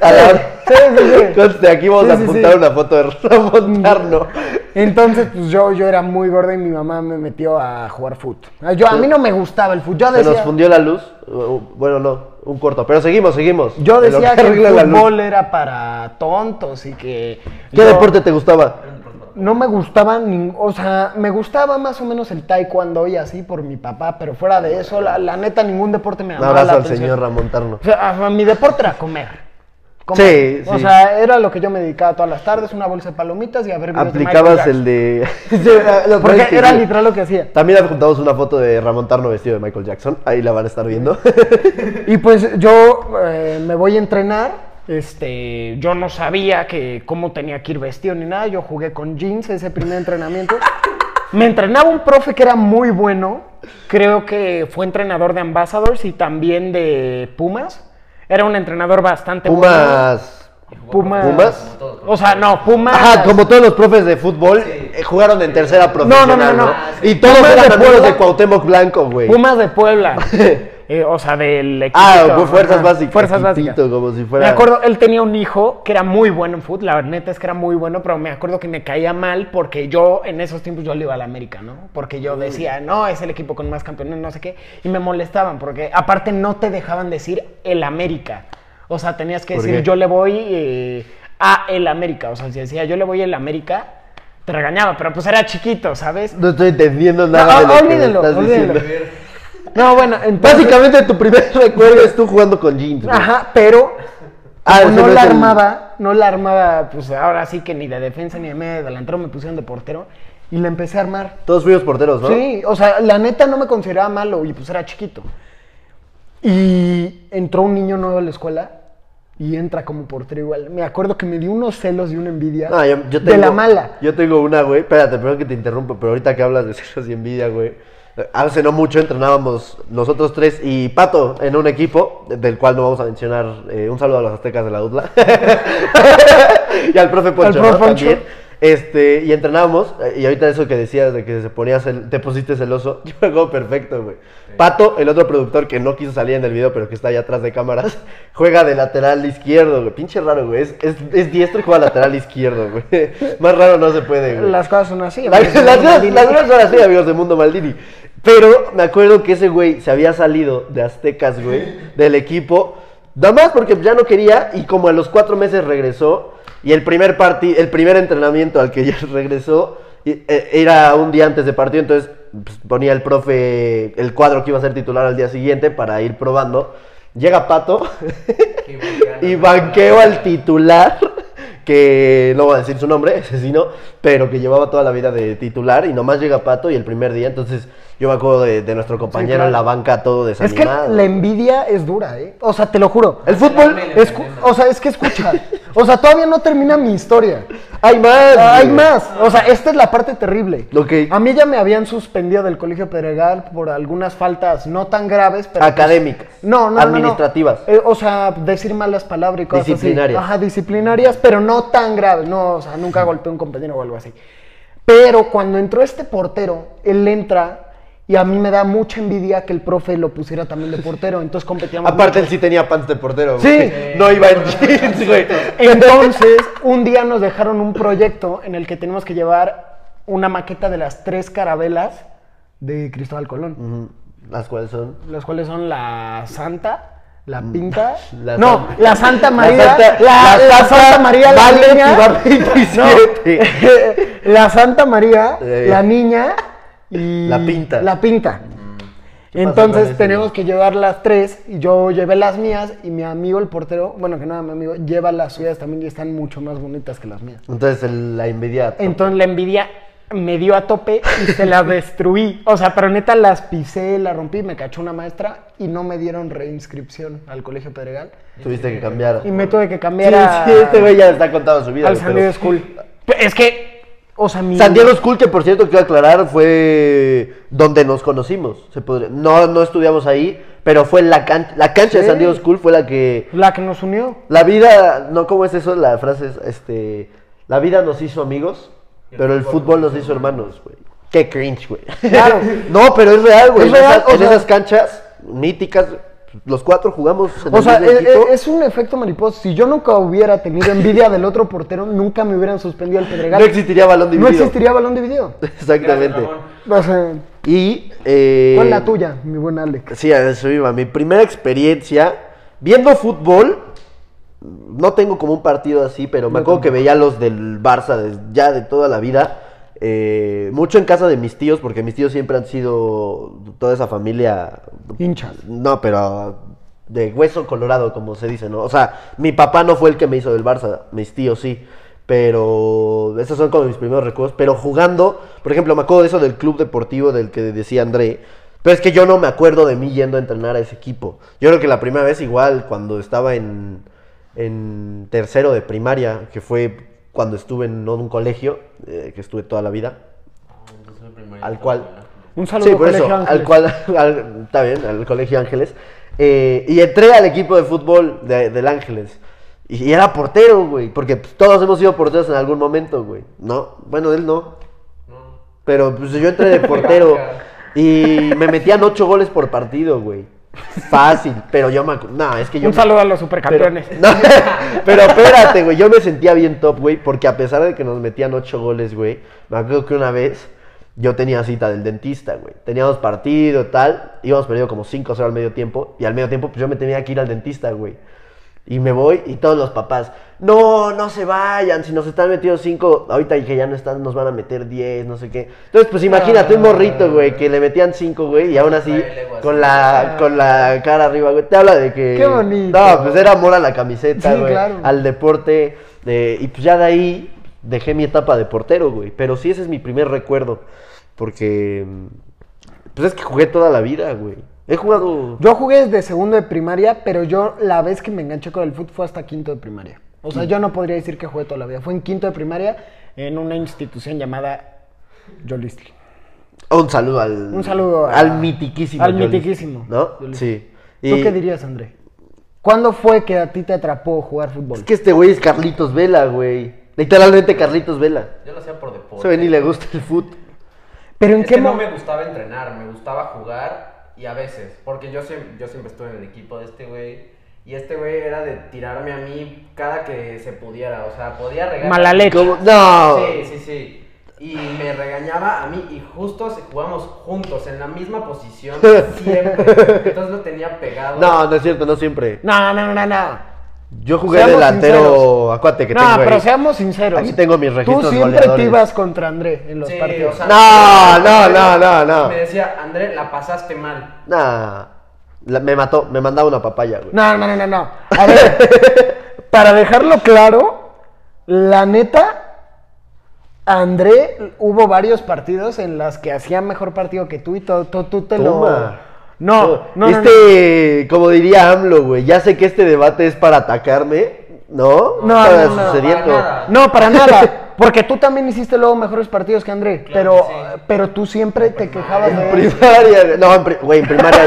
Speaker 2: A la-
Speaker 4: Sí, sí, sí.
Speaker 2: Conste, aquí vamos
Speaker 4: Sí,
Speaker 2: a
Speaker 4: sí,
Speaker 2: adjuntar
Speaker 4: sí.
Speaker 2: una foto de Ramón Darno.
Speaker 4: Entonces, pues yo, yo era muy gordo y mi mamá me metió a jugar fútbol. Ah, Yo, a mí no me gustaba el fútbol. Yo
Speaker 2: Se nos
Speaker 4: decía,
Speaker 2: fundió la luz. Uh, Bueno, no, un corto. Pero seguimos, seguimos.
Speaker 4: yo
Speaker 2: De lo
Speaker 4: decía que el
Speaker 2: arregla la luz.
Speaker 4: fútbol era para tontos y que.
Speaker 2: ¿Qué
Speaker 4: yo-
Speaker 2: deporte te gustaba?
Speaker 4: No me gustaba, nin- o sea, me gustaba más o menos el taekwondo y así por mi papá, pero fuera de eso, la, la neta, ningún deporte me
Speaker 2: Un
Speaker 4: llamaba la
Speaker 2: abrazo al
Speaker 4: atención.
Speaker 2: señor Ramón Tarno.
Speaker 4: O sea, a- a mi deporte era comer.
Speaker 2: Sí,
Speaker 4: O
Speaker 2: sí.
Speaker 4: sea, era lo que yo me dedicaba todas las tardes, una bolsa de palomitas y a ver videos de Michael
Speaker 2: Aplicabas
Speaker 4: Jackson.
Speaker 2: el de. Sí, la- la-
Speaker 4: Porque
Speaker 2: es que
Speaker 4: era
Speaker 2: sí.
Speaker 4: literal lo que hacía.
Speaker 2: También adjuntamos una foto de Ramón Tarno vestido de Michael Jackson. Ahí la van a estar viendo.
Speaker 4: Y pues yo eh, me voy a entrenar.
Speaker 5: Este, yo no sabía que cómo tenía que ir vestido ni nada. Yo jugué con jeans ese primer entrenamiento.
Speaker 4: Me entrenaba un profe que era muy bueno.
Speaker 5: Creo que fue entrenador de Ambassadors y también de Pumas. Era un entrenador bastante bueno.
Speaker 2: Pumas.
Speaker 4: Pumas.
Speaker 2: ¿Pumas?
Speaker 5: O sea, no, Pumas.
Speaker 2: Ajá, como todos los profes de fútbol, eh, jugaron en tercera profesional,
Speaker 4: no, no, no.
Speaker 2: Y todos
Speaker 4: Pumas
Speaker 2: eran
Speaker 4: de
Speaker 2: amigos de
Speaker 4: Puebla.
Speaker 2: Cuauhtémoc Blanco, güey.
Speaker 5: Pumas de Puebla. Eh, o sea, del equipo.
Speaker 2: Ah, fue fuerzas básicas,
Speaker 5: Fuerzas
Speaker 2: chiquitito,
Speaker 5: básicas.
Speaker 2: como si fuera-
Speaker 5: Me acuerdo, él tenía un hijo que era muy bueno en fútbol. La neta es que era muy bueno, pero me acuerdo que me caía mal porque yo en esos tiempos yo le iba a la América, ¿no? Porque yo decía, no, es el equipo con más campeones, no sé qué. Y me molestaban porque aparte no te dejaban decir el América. O sea, tenías que
Speaker 2: ¿Por
Speaker 5: decir,
Speaker 2: qué?
Speaker 5: yo le voy eh, a el América. O sea, si decía, yo le voy el América, te regañaba, pero pues era chiquito, ¿sabes?
Speaker 2: No estoy entendiendo nada
Speaker 4: Ah,
Speaker 2: de lo
Speaker 4: olvídenlo,
Speaker 2: que me estás
Speaker 4: olvídenlo.
Speaker 2: diciendo.
Speaker 4: No, bueno, entonces.
Speaker 2: Básicamente tu primer recuerdo es tú jugando con jeans. güey.
Speaker 4: Ajá, pero.
Speaker 2: Ah,
Speaker 4: como
Speaker 2: ese
Speaker 4: no
Speaker 2: no
Speaker 4: la
Speaker 2: es el-
Speaker 4: armaba, no la armaba, pues ahora sí que ni de defensa ni de medio de delantero me pusieron de portero y la empecé a armar.
Speaker 2: Todos fuimos porteros, ¿no?
Speaker 4: Sí, o sea, la neta no me consideraba malo y pues era chiquito. Y entró un niño nuevo a la escuela y entra como portero igual. Me acuerdo que me dio unos celos y una envidia
Speaker 2: No, Ah, yo, yo tengo,
Speaker 4: de la mala.
Speaker 2: Yo tengo una, güey. Espérate, perdón que te interrumpo, pero ahorita que hablas de celos y envidia, güey. Hace no mucho entrenábamos nosotros tres y Pato en un equipo, del cual no vamos a mencionar. eh, un saludo a los aztecas de la UDLA. y al profe Poncho,
Speaker 4: Al profe
Speaker 2: ¿no?
Speaker 4: Poncho.
Speaker 2: También. Este, y entrenábamos, eh, y ahorita eso que decías de que se ponías el, te pusiste celoso, yo me acuerdo perfecto, güey. Pato, el otro productor que no quiso salir en el video, pero que está allá atrás de cámaras, juega de lateral izquierdo, güey. Pinche raro, güey. Es, es, es diestro y juega lateral izquierdo, güey. Más raro no se puede, güey.
Speaker 4: Las cosas son así.
Speaker 2: Las,
Speaker 4: amigos,
Speaker 2: las cosas-
Speaker 4: no me
Speaker 2: las
Speaker 4: digan.
Speaker 2: cosas son así, amigos de Mundo Maldini. Pero me acuerdo que ese güey se había salido de Aztecas, güey, del equipo. Nada más porque ya no quería y como a los cuatro meses regresó y el primer parti- el primer entrenamiento al que ya regresó y- eh, era un día antes de partido, entonces pues, ponía el profe el cuadro que iba a ser titular al día siguiente para ir probando. Llega Pato
Speaker 3: Que banquean
Speaker 2: y
Speaker 3: a-
Speaker 2: banqueo al titular, que no voy a decir su nombre, asesino, pero que llevaba toda la vida de titular y nomás llega Pato y el primer día, entonces yo me acuerdo de, de nuestro compañero
Speaker 4: claro.
Speaker 2: en la banca todo
Speaker 4: Es que
Speaker 2: desanimado.
Speaker 4: la envidia es dura, ¿eh? O sea, te lo juro.
Speaker 2: El fútbol
Speaker 3: Dame la
Speaker 4: Escu-
Speaker 3: veneno.
Speaker 4: o sea, es que escucha. O sea, todavía no termina mi historia. Ah,
Speaker 2: ¡Hay más!
Speaker 4: Hay
Speaker 2: güey!
Speaker 4: más. O sea, esta es la parte terrible.
Speaker 2: Ok.
Speaker 4: A mí ya me habían suspendido del Colegio Pedregal por algunas faltas no tan graves, pero. pues-
Speaker 2: Académicas.
Speaker 4: no, no, no, no.
Speaker 2: Administrativas.
Speaker 4: Eh, o sea, decir malas palabras y cosas así.
Speaker 2: Disciplinarias.
Speaker 4: Ajá, disciplinarias, pero no tan graves. No, o sea, nunca golpeé a un compañero o algo así. Pero cuando entró este portero, él entra. Y a mí me da mucha envidia que el profe lo pusiera también de portero, entonces competíamos
Speaker 2: Aparte, él sí tenía pants de portero,
Speaker 4: Sí.
Speaker 2: güey. No iba en jeans, güey.
Speaker 4: Entonces, un día nos dejaron un proyecto en el que tenemos que llevar una maqueta de las tres carabelas de Cristóbal Colón,
Speaker 2: Ujú. Las cuales son.
Speaker 4: las cuales son la Santa, la Pinta,
Speaker 2: Mm. La
Speaker 4: no,
Speaker 2: Santa-
Speaker 4: la Santa María, la,
Speaker 2: Santa- la
Speaker 4: la
Speaker 2: Santa
Speaker 4: Santa María, la
Speaker 2: Vale,
Speaker 4: niña,
Speaker 2: y va 27.
Speaker 4: no, la Santa María,
Speaker 2: Eh.
Speaker 4: la niña y
Speaker 2: La Pinta. Mm.
Speaker 4: la Pinta.
Speaker 2: ¿Qué pasó con
Speaker 4: Entonces
Speaker 2: ese?
Speaker 4: tenemos que llevar las tres y yo llevé las mías y mi amigo el portero, bueno que nada, mi amigo lleva las suyas también y están mucho más bonitas que las mías.
Speaker 2: Entonces, el- la envidia.
Speaker 4: Entonces la envidia me dio a tope y se las destruí. O sea, pero neta las pisé, las rompí, me cachó una maestra y no me dieron reinscripción al Colegio Pedregal
Speaker 2: Tuviste que cambiar.
Speaker 4: y me tuve que cambiar a-
Speaker 2: Sí, sí, este güey ya está contando su vida.
Speaker 4: al
Speaker 2: güey,
Speaker 4: San
Speaker 2: pero-
Speaker 4: Diego School. Es que, o sea, mi...
Speaker 2: San Diego School, que por cierto quiero aclarar, fue donde nos conocimos. Se podría- No, no estudiamos ahí, pero fue la, can- la cancha de
Speaker 4: Sí.
Speaker 2: San Diego School fue la que.
Speaker 4: La que nos unió.
Speaker 2: La vida, no, ¿cómo es eso? La frase es, este. La vida nos hizo amigos, pero el fútbol nos hizo hermanos, güey. Qué cringe, güey.
Speaker 4: Claro.
Speaker 2: no, pero es real, güey.
Speaker 4: Es
Speaker 2: En esas-
Speaker 4: real, o
Speaker 2: en
Speaker 4: sea-
Speaker 2: esas canchas míticas, los cuatro jugamos en
Speaker 4: O
Speaker 2: el
Speaker 4: sea,
Speaker 2: mismo
Speaker 4: es,
Speaker 2: equipo.
Speaker 4: es un efecto mariposa. Si yo nunca hubiera tenido envidia del otro portero, nunca me hubieran suspendido el Pedregal.
Speaker 2: No existiría balón
Speaker 4: No
Speaker 2: dividido.
Speaker 4: existiría balón dividido.
Speaker 2: Exactamente.
Speaker 3: Gracias, Ramón.
Speaker 4: O sea,
Speaker 2: Y. Eh,
Speaker 4: ¿cuál la tuya, mi buen Alex?
Speaker 2: Sí, a eso iba. Mi primera experiencia viendo fútbol. No tengo como un partido así, pero me acuerdo que veía los del Barça de- ya de toda la vida. eh, mucho en casa de mis tíos, porque mis tíos siempre han sido toda esa familia.
Speaker 4: Hinchas.
Speaker 2: No, pero de hueso colorado, como se dice, ¿no? O sea, mi papá no fue el que me hizo del Barça, mis tíos sí. Pero esos son como mis primeros recuerdos. Pero jugando, por ejemplo, me acuerdo de eso del club deportivo del que decía André. Pero es que yo no me acuerdo de mí yendo a entrenar a ese equipo. Yo creo que la primera vez igual, cuando estaba en, en tercero de primaria, que fue cuando estuve en un colegio, eh, que estuve toda la vida, al cual...
Speaker 4: Un saludo,
Speaker 2: Sí, por
Speaker 4: Colegio
Speaker 2: eso,
Speaker 4: Ángeles.
Speaker 2: al cual, al- está bien, al Colegio Ángeles. Eh, y entré al equipo de fútbol de- del Ángeles. Y, y era portero, güey, porque pues, todos hemos sido porteros en algún momento, güey. No, bueno, él no. Pero pues, yo entré de portero y me metían ocho goles por partido, güey. Fácil, pero yo me... acu- No, es que yo...
Speaker 5: Un
Speaker 2: me-
Speaker 5: saludo a los supercampeones.
Speaker 2: pero, no, pero espérate, güey. Yo me sentía bien top, güey. Porque a pesar de que nos metían ocho goles, güey. Me acuerdo que una vez yo tenía cita del dentista, güey. Teníamos partido, tal. Íbamos perdido como 5-0 al medio tiempo. Y al medio tiempo, pues yo me tenía que ir al dentista, güey. Y me voy y todos los papás, no, no se vayan, si nos están metiendo cinco, ahorita dije ya no están, nos van a meter 10, no sé qué. Entonces, pues imagínate un morrito, güey, que le metían cinco, güey, y aún así, con la, con la cara arriba, güey, te habla de que...
Speaker 4: Qué bonito.
Speaker 2: No, pues era amor a la camiseta,
Speaker 4: Sí,
Speaker 2: güey,
Speaker 4: claro.
Speaker 2: al deporte, de- y pues ya de ahí dejé mi etapa de portero, güey, pero sí ese es mi primer recuerdo, porque, mm, pues es que jugué toda la vida, güey, he jugado...
Speaker 4: Yo jugué desde segundo de primaria, pero yo la vez que me enganché con el fútbol fue hasta quinto de primaria. O
Speaker 2: Mm.
Speaker 4: sea, yo no podría decir que jugué toda la vida. Fue en quinto de primaria en una institución llamada Yolistli.
Speaker 2: Un saludo al.
Speaker 4: Un saludo a-
Speaker 2: al mitiquísimo.
Speaker 4: al
Speaker 2: Yoli.
Speaker 4: mitiquísimo.
Speaker 2: ¿No?
Speaker 4: Yoli.
Speaker 2: Sí.
Speaker 4: ¿Tú qué dirías, André? ¿Cuándo fue que a ti te atrapó jugar fútbol?
Speaker 2: Es que este güey es Carlitos Vela, güey. Literalmente Carlitos Vela.
Speaker 3: Yo lo hacía por deporte.
Speaker 2: Se ve ni le gusta el fútbol.
Speaker 4: pero en
Speaker 3: Es
Speaker 4: qué
Speaker 3: que no
Speaker 4: mo-
Speaker 3: me gustaba entrenar, me gustaba jugar y a veces, porque yo siempre, yo siempre estuve en el equipo de este güey y este güey era de tirarme a mí cada que se pudiera, o sea, podía regalar.
Speaker 5: Mala leche.
Speaker 2: ¿Cómo? No.
Speaker 3: Sí, sí, sí. Y me regañaba a mí y justo se- jugamos juntos en la misma posición siempre. Entonces lo tenía pegado.
Speaker 2: No, no es cierto, no siempre.
Speaker 4: No, no, no, no.
Speaker 2: Yo jugué
Speaker 4: Seamos
Speaker 2: delantero
Speaker 4: sinceros.
Speaker 2: acuate que
Speaker 4: no,
Speaker 2: tengo. ahí.
Speaker 4: pero seamos sinceros.
Speaker 2: Aquí tengo mis registros
Speaker 4: Tú siempre
Speaker 2: goleadores.
Speaker 4: te ibas contra André en los
Speaker 3: Sí,
Speaker 4: partidos.
Speaker 3: o sea,
Speaker 2: No, no, no, no, no.
Speaker 3: Me decía, André, la pasaste mal.
Speaker 2: Nah. La- me mató, me mandaba una papaya, güey.
Speaker 4: No, no, no, no, no. A ver, para dejarlo claro, la neta, André hubo varios partidos en las que hacía mejor partido que tú y tú, tú, tú te
Speaker 2: Toma.
Speaker 4: lo. No, no, no, no.
Speaker 2: Este, como diría AMLO, güey, ya sé que este debate es para atacarme. ¿No?
Speaker 4: No,
Speaker 2: Estaba
Speaker 4: no, no,
Speaker 2: sucediendo.
Speaker 3: para nada.
Speaker 4: No, para nada. Porque tú también hiciste luego mejores partidos que André. pero,
Speaker 3: Claro que sí.
Speaker 4: pero tú siempre te quejabas
Speaker 2: En
Speaker 4: de él.
Speaker 2: primaria, no, en pri- güey, en primaria,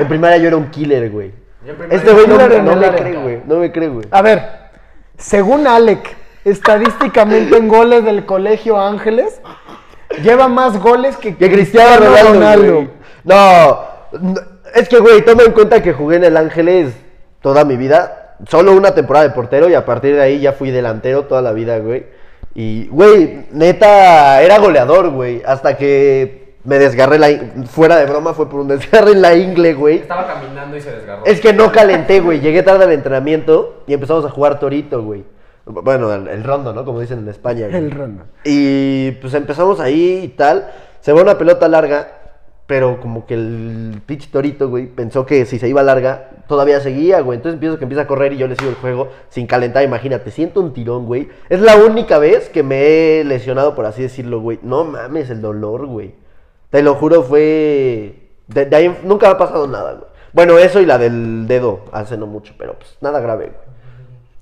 Speaker 2: en primaria yo era un killer, güey.
Speaker 3: Yo en primaria
Speaker 2: Este güey no,
Speaker 4: era
Speaker 2: me-
Speaker 4: un
Speaker 2: no me
Speaker 4: killer.
Speaker 2: cree, güey, no me cree, güey.
Speaker 4: A ver, según Alec, estadísticamente en goles del Colegio Ángeles, lleva más goles que,
Speaker 2: Que Cristiano Ronaldo, güey. No, no, es que, güey, toma en cuenta que jugué en el Ángeles toda mi vida, solo una temporada de portero y a partir de ahí ya fui delantero toda la vida, güey. Y, güey, neta, era goleador, güey, hasta que me desgarré la... in- Fuera de broma, fue por un desgarre en la ingle, güey.
Speaker 3: Estaba caminando y se desgarró.
Speaker 2: Es que no calenté, güey. Llegué tarde al entrenamiento y empezamos a jugar torito, güey. Bueno, el, el rondo, ¿no? Como dicen en España. güey.
Speaker 4: El rondo.
Speaker 2: Y pues empezamos ahí y tal. Se va una pelota larga, pero como que el pinche torito, güey, pensó que si se iba larga, todavía seguía, güey. Entonces empiezo que empieza a correr y yo le sigo el juego sin calentar, imagínate. Siento un tirón, güey. Es la única vez que me he lesionado, por así decirlo, güey. No mames, el dolor, güey. Te lo juro, fue... De, de ahí en- nunca me ha pasado nada, güey. Bueno, eso y la del dedo, hace no mucho, pero pues nada grave,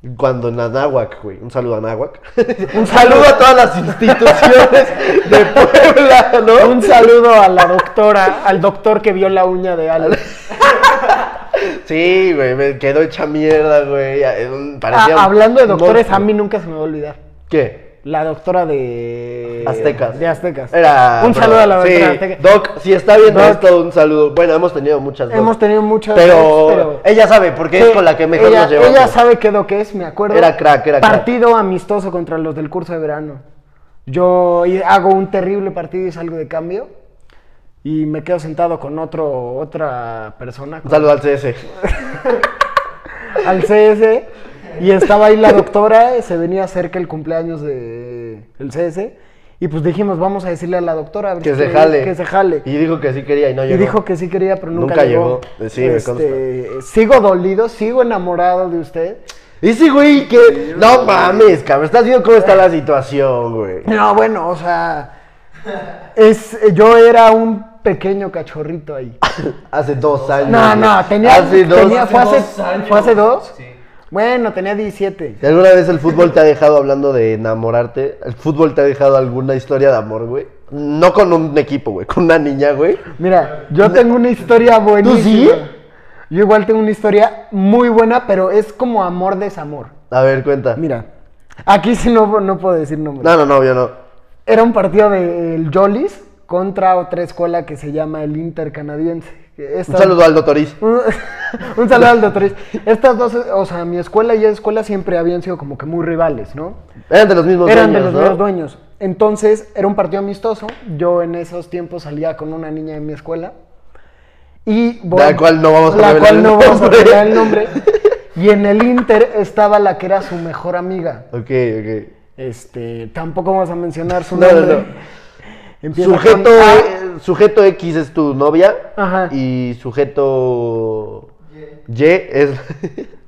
Speaker 2: güey. Cuando en Anáhuac, güey. Un saludo a Anáhuac. un saludo a todas las instituciones de Puebla, ¿no?
Speaker 4: Un saludo a la doctora, al doctor que vio la uña de Alec.
Speaker 2: Sí, güey, me quedó hecha mierda, güey. ya, eh, un- parecía
Speaker 4: Ah,
Speaker 2: un
Speaker 4: hablando de doctores,
Speaker 2: monstruo.
Speaker 4: a mí nunca se me va a olvidar.
Speaker 2: ¿Qué?
Speaker 4: La doctora de...
Speaker 2: Aztecas.
Speaker 4: Eh, De Aztecas.
Speaker 2: Era...
Speaker 4: Un saludo a la
Speaker 2: Sí,
Speaker 4: doctora Azteca.
Speaker 2: Doc, si está viendo
Speaker 4: Doc.
Speaker 2: esto, un saludo. Bueno, hemos tenido muchas docs,
Speaker 4: Hemos tenido muchas...
Speaker 2: pero,
Speaker 4: docs, pero-
Speaker 2: ella sabe, porque es
Speaker 4: Sí,
Speaker 2: con la que mejor
Speaker 4: ella,
Speaker 2: nos llevamos.
Speaker 4: Ella sabe qué lo que es, me acuerdo.
Speaker 2: Era crack, era crack.
Speaker 4: Partido amistoso contra los del curso de verano. Yo i- hago un terrible partido y salgo de cambio. Y me quedo sentado con otro, otra persona,
Speaker 2: Un
Speaker 4: con-
Speaker 2: saludo al CS.
Speaker 4: al CS. Y estaba ahí la doctora, se venía cerca el cumpleaños del el CS. Y pues dijimos, vamos a decirle a la doctora a ver
Speaker 2: Que
Speaker 4: si
Speaker 2: se
Speaker 4: quiere-
Speaker 2: jale.
Speaker 4: Que se jale.
Speaker 2: Y dijo que sí quería y no
Speaker 4: Y
Speaker 2: llegó.
Speaker 4: dijo que sí quería, pero nunca, Este,
Speaker 2: Nunca llegó. Eh, Sí, me
Speaker 4: sigo dolido, sigo enamorado de usted.
Speaker 2: Ese güey que. No mames, cabrón. Estás viendo cómo está la situación, güey.
Speaker 4: No, bueno, o sea, es, yo era un pequeño cachorrito ahí.
Speaker 2: Ah, Hace dos años.
Speaker 4: No,
Speaker 2: güey.
Speaker 4: no, tenía,
Speaker 2: Hace Ah, dos.
Speaker 4: tenía- fue, hace,
Speaker 3: dos años.
Speaker 4: fue hace dos.
Speaker 3: Sí.
Speaker 4: Bueno, tenía 17.
Speaker 2: ¿Y ¿Alguna vez el fútbol te ha dejado hablando de enamorarte? ¿El fútbol te ha dejado alguna historia de amor, güey? No con un equipo, güey, con una niña, güey.
Speaker 4: Mira, yo tengo una historia buenísima.
Speaker 2: sí?
Speaker 4: Yo igual tengo una historia muy buena, pero es como amor-desamor.
Speaker 2: A ver, cuenta.
Speaker 4: Mira, aquí sí no, no puedo decir nombres.
Speaker 2: No, no, no, yo no.
Speaker 4: Era un partido del Jolis contra otra escuela que se llama el Inter Canadiense.
Speaker 2: Un saludo a Aldo Toriz.
Speaker 4: Un, un saludo al doctor. Estas dos, o sea, mi escuela y esa escuela siempre habían sido como que muy rivales, ¿no?
Speaker 2: Eran de los mismos
Speaker 4: Eran de
Speaker 2: dueños,
Speaker 4: los
Speaker 2: ¿no?
Speaker 4: mismos dueños. Entonces, era un partido amistoso. Yo en esos tiempos salía con una niña de mi escuela. Y voy-
Speaker 2: La cual no vamos a
Speaker 4: la
Speaker 2: revelar
Speaker 4: cual
Speaker 2: el
Speaker 4: no vamos a
Speaker 2: nombre.
Speaker 4: revelar el nombre. Y en el Inter estaba la que era su mejor amiga.
Speaker 2: Ok, ok.
Speaker 4: Este, tampoco vamos a mencionar su
Speaker 2: No, no,
Speaker 4: nombre.
Speaker 2: no.
Speaker 4: Empieza con
Speaker 2: Sujeto,
Speaker 4: A.
Speaker 2: eh, sujeto X es tu novia.
Speaker 4: Ajá.
Speaker 2: Y sujeto. Y es.
Speaker 4: Ajá.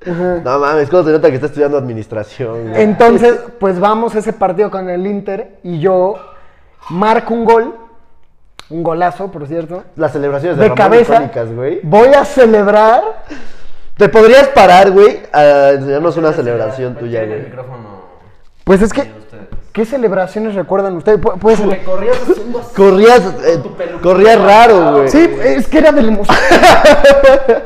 Speaker 2: No mames, ¿cómo se nota que está estudiando administración? güey?
Speaker 4: Entonces, pues vamos a ese partido con el Inter y yo marco un gol, un golazo, por cierto,
Speaker 2: Las celebraciones de,
Speaker 4: de
Speaker 2: Ramón
Speaker 4: cabeza.
Speaker 2: icónicas, güey.
Speaker 4: Voy a celebrar.
Speaker 2: ¿Te podrías parar, güey, a enseñarnos una celebración tuya,
Speaker 3: Tienen Pues el
Speaker 2: güey?
Speaker 3: micrófono
Speaker 4: Pues es que,
Speaker 3: de ustedes.
Speaker 4: ¿qué celebraciones recuerdan ustedes? Pu- puede ser-
Speaker 3: corrías haciendo
Speaker 2: Corrías, eh, corrías raro, güey.
Speaker 4: Sí, es que era del museo.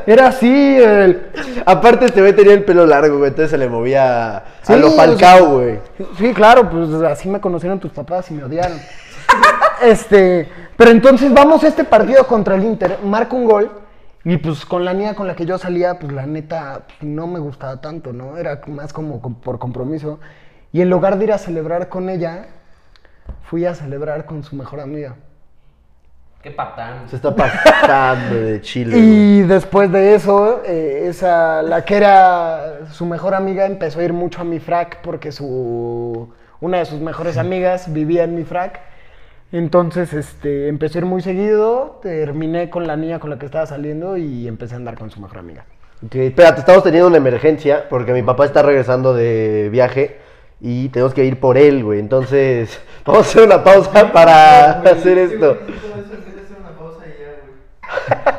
Speaker 4: Era así el.
Speaker 2: Aparte, este güey tenía el pelo largo, güey, entonces se le movía a,
Speaker 4: Sí,
Speaker 2: lo
Speaker 4: o
Speaker 2: palcao, güey.
Speaker 4: Sí, claro, pues así me conocieron tus papás y me odiaron. este, pero entonces vamos a este partido contra el Inter, marco un gol y pues con la niña con la que yo salía, pues la neta pues, no me gustaba tanto, ¿no? Era más como com- por compromiso. Y en lugar de ir a celebrar con ella, fui a celebrar con su mejor amiga.
Speaker 3: Qué patán.
Speaker 2: Se está pasando de chile, güey.
Speaker 4: Y después de eso, eh, esa, la que era su mejor amiga empezó a ir mucho a mi frac porque su, una de sus mejores amigas vivía en mi frac. Entonces este, empezó a ir muy seguido, terminé con la niña con la que estaba saliendo y empecé a andar con su mejor amiga.
Speaker 2: Ok, espérate, estamos teniendo una emergencia porque mi papá está regresando de viaje y tenemos que ir por él, güey. Entonces, vamos a hacer una pausa para hacer esto.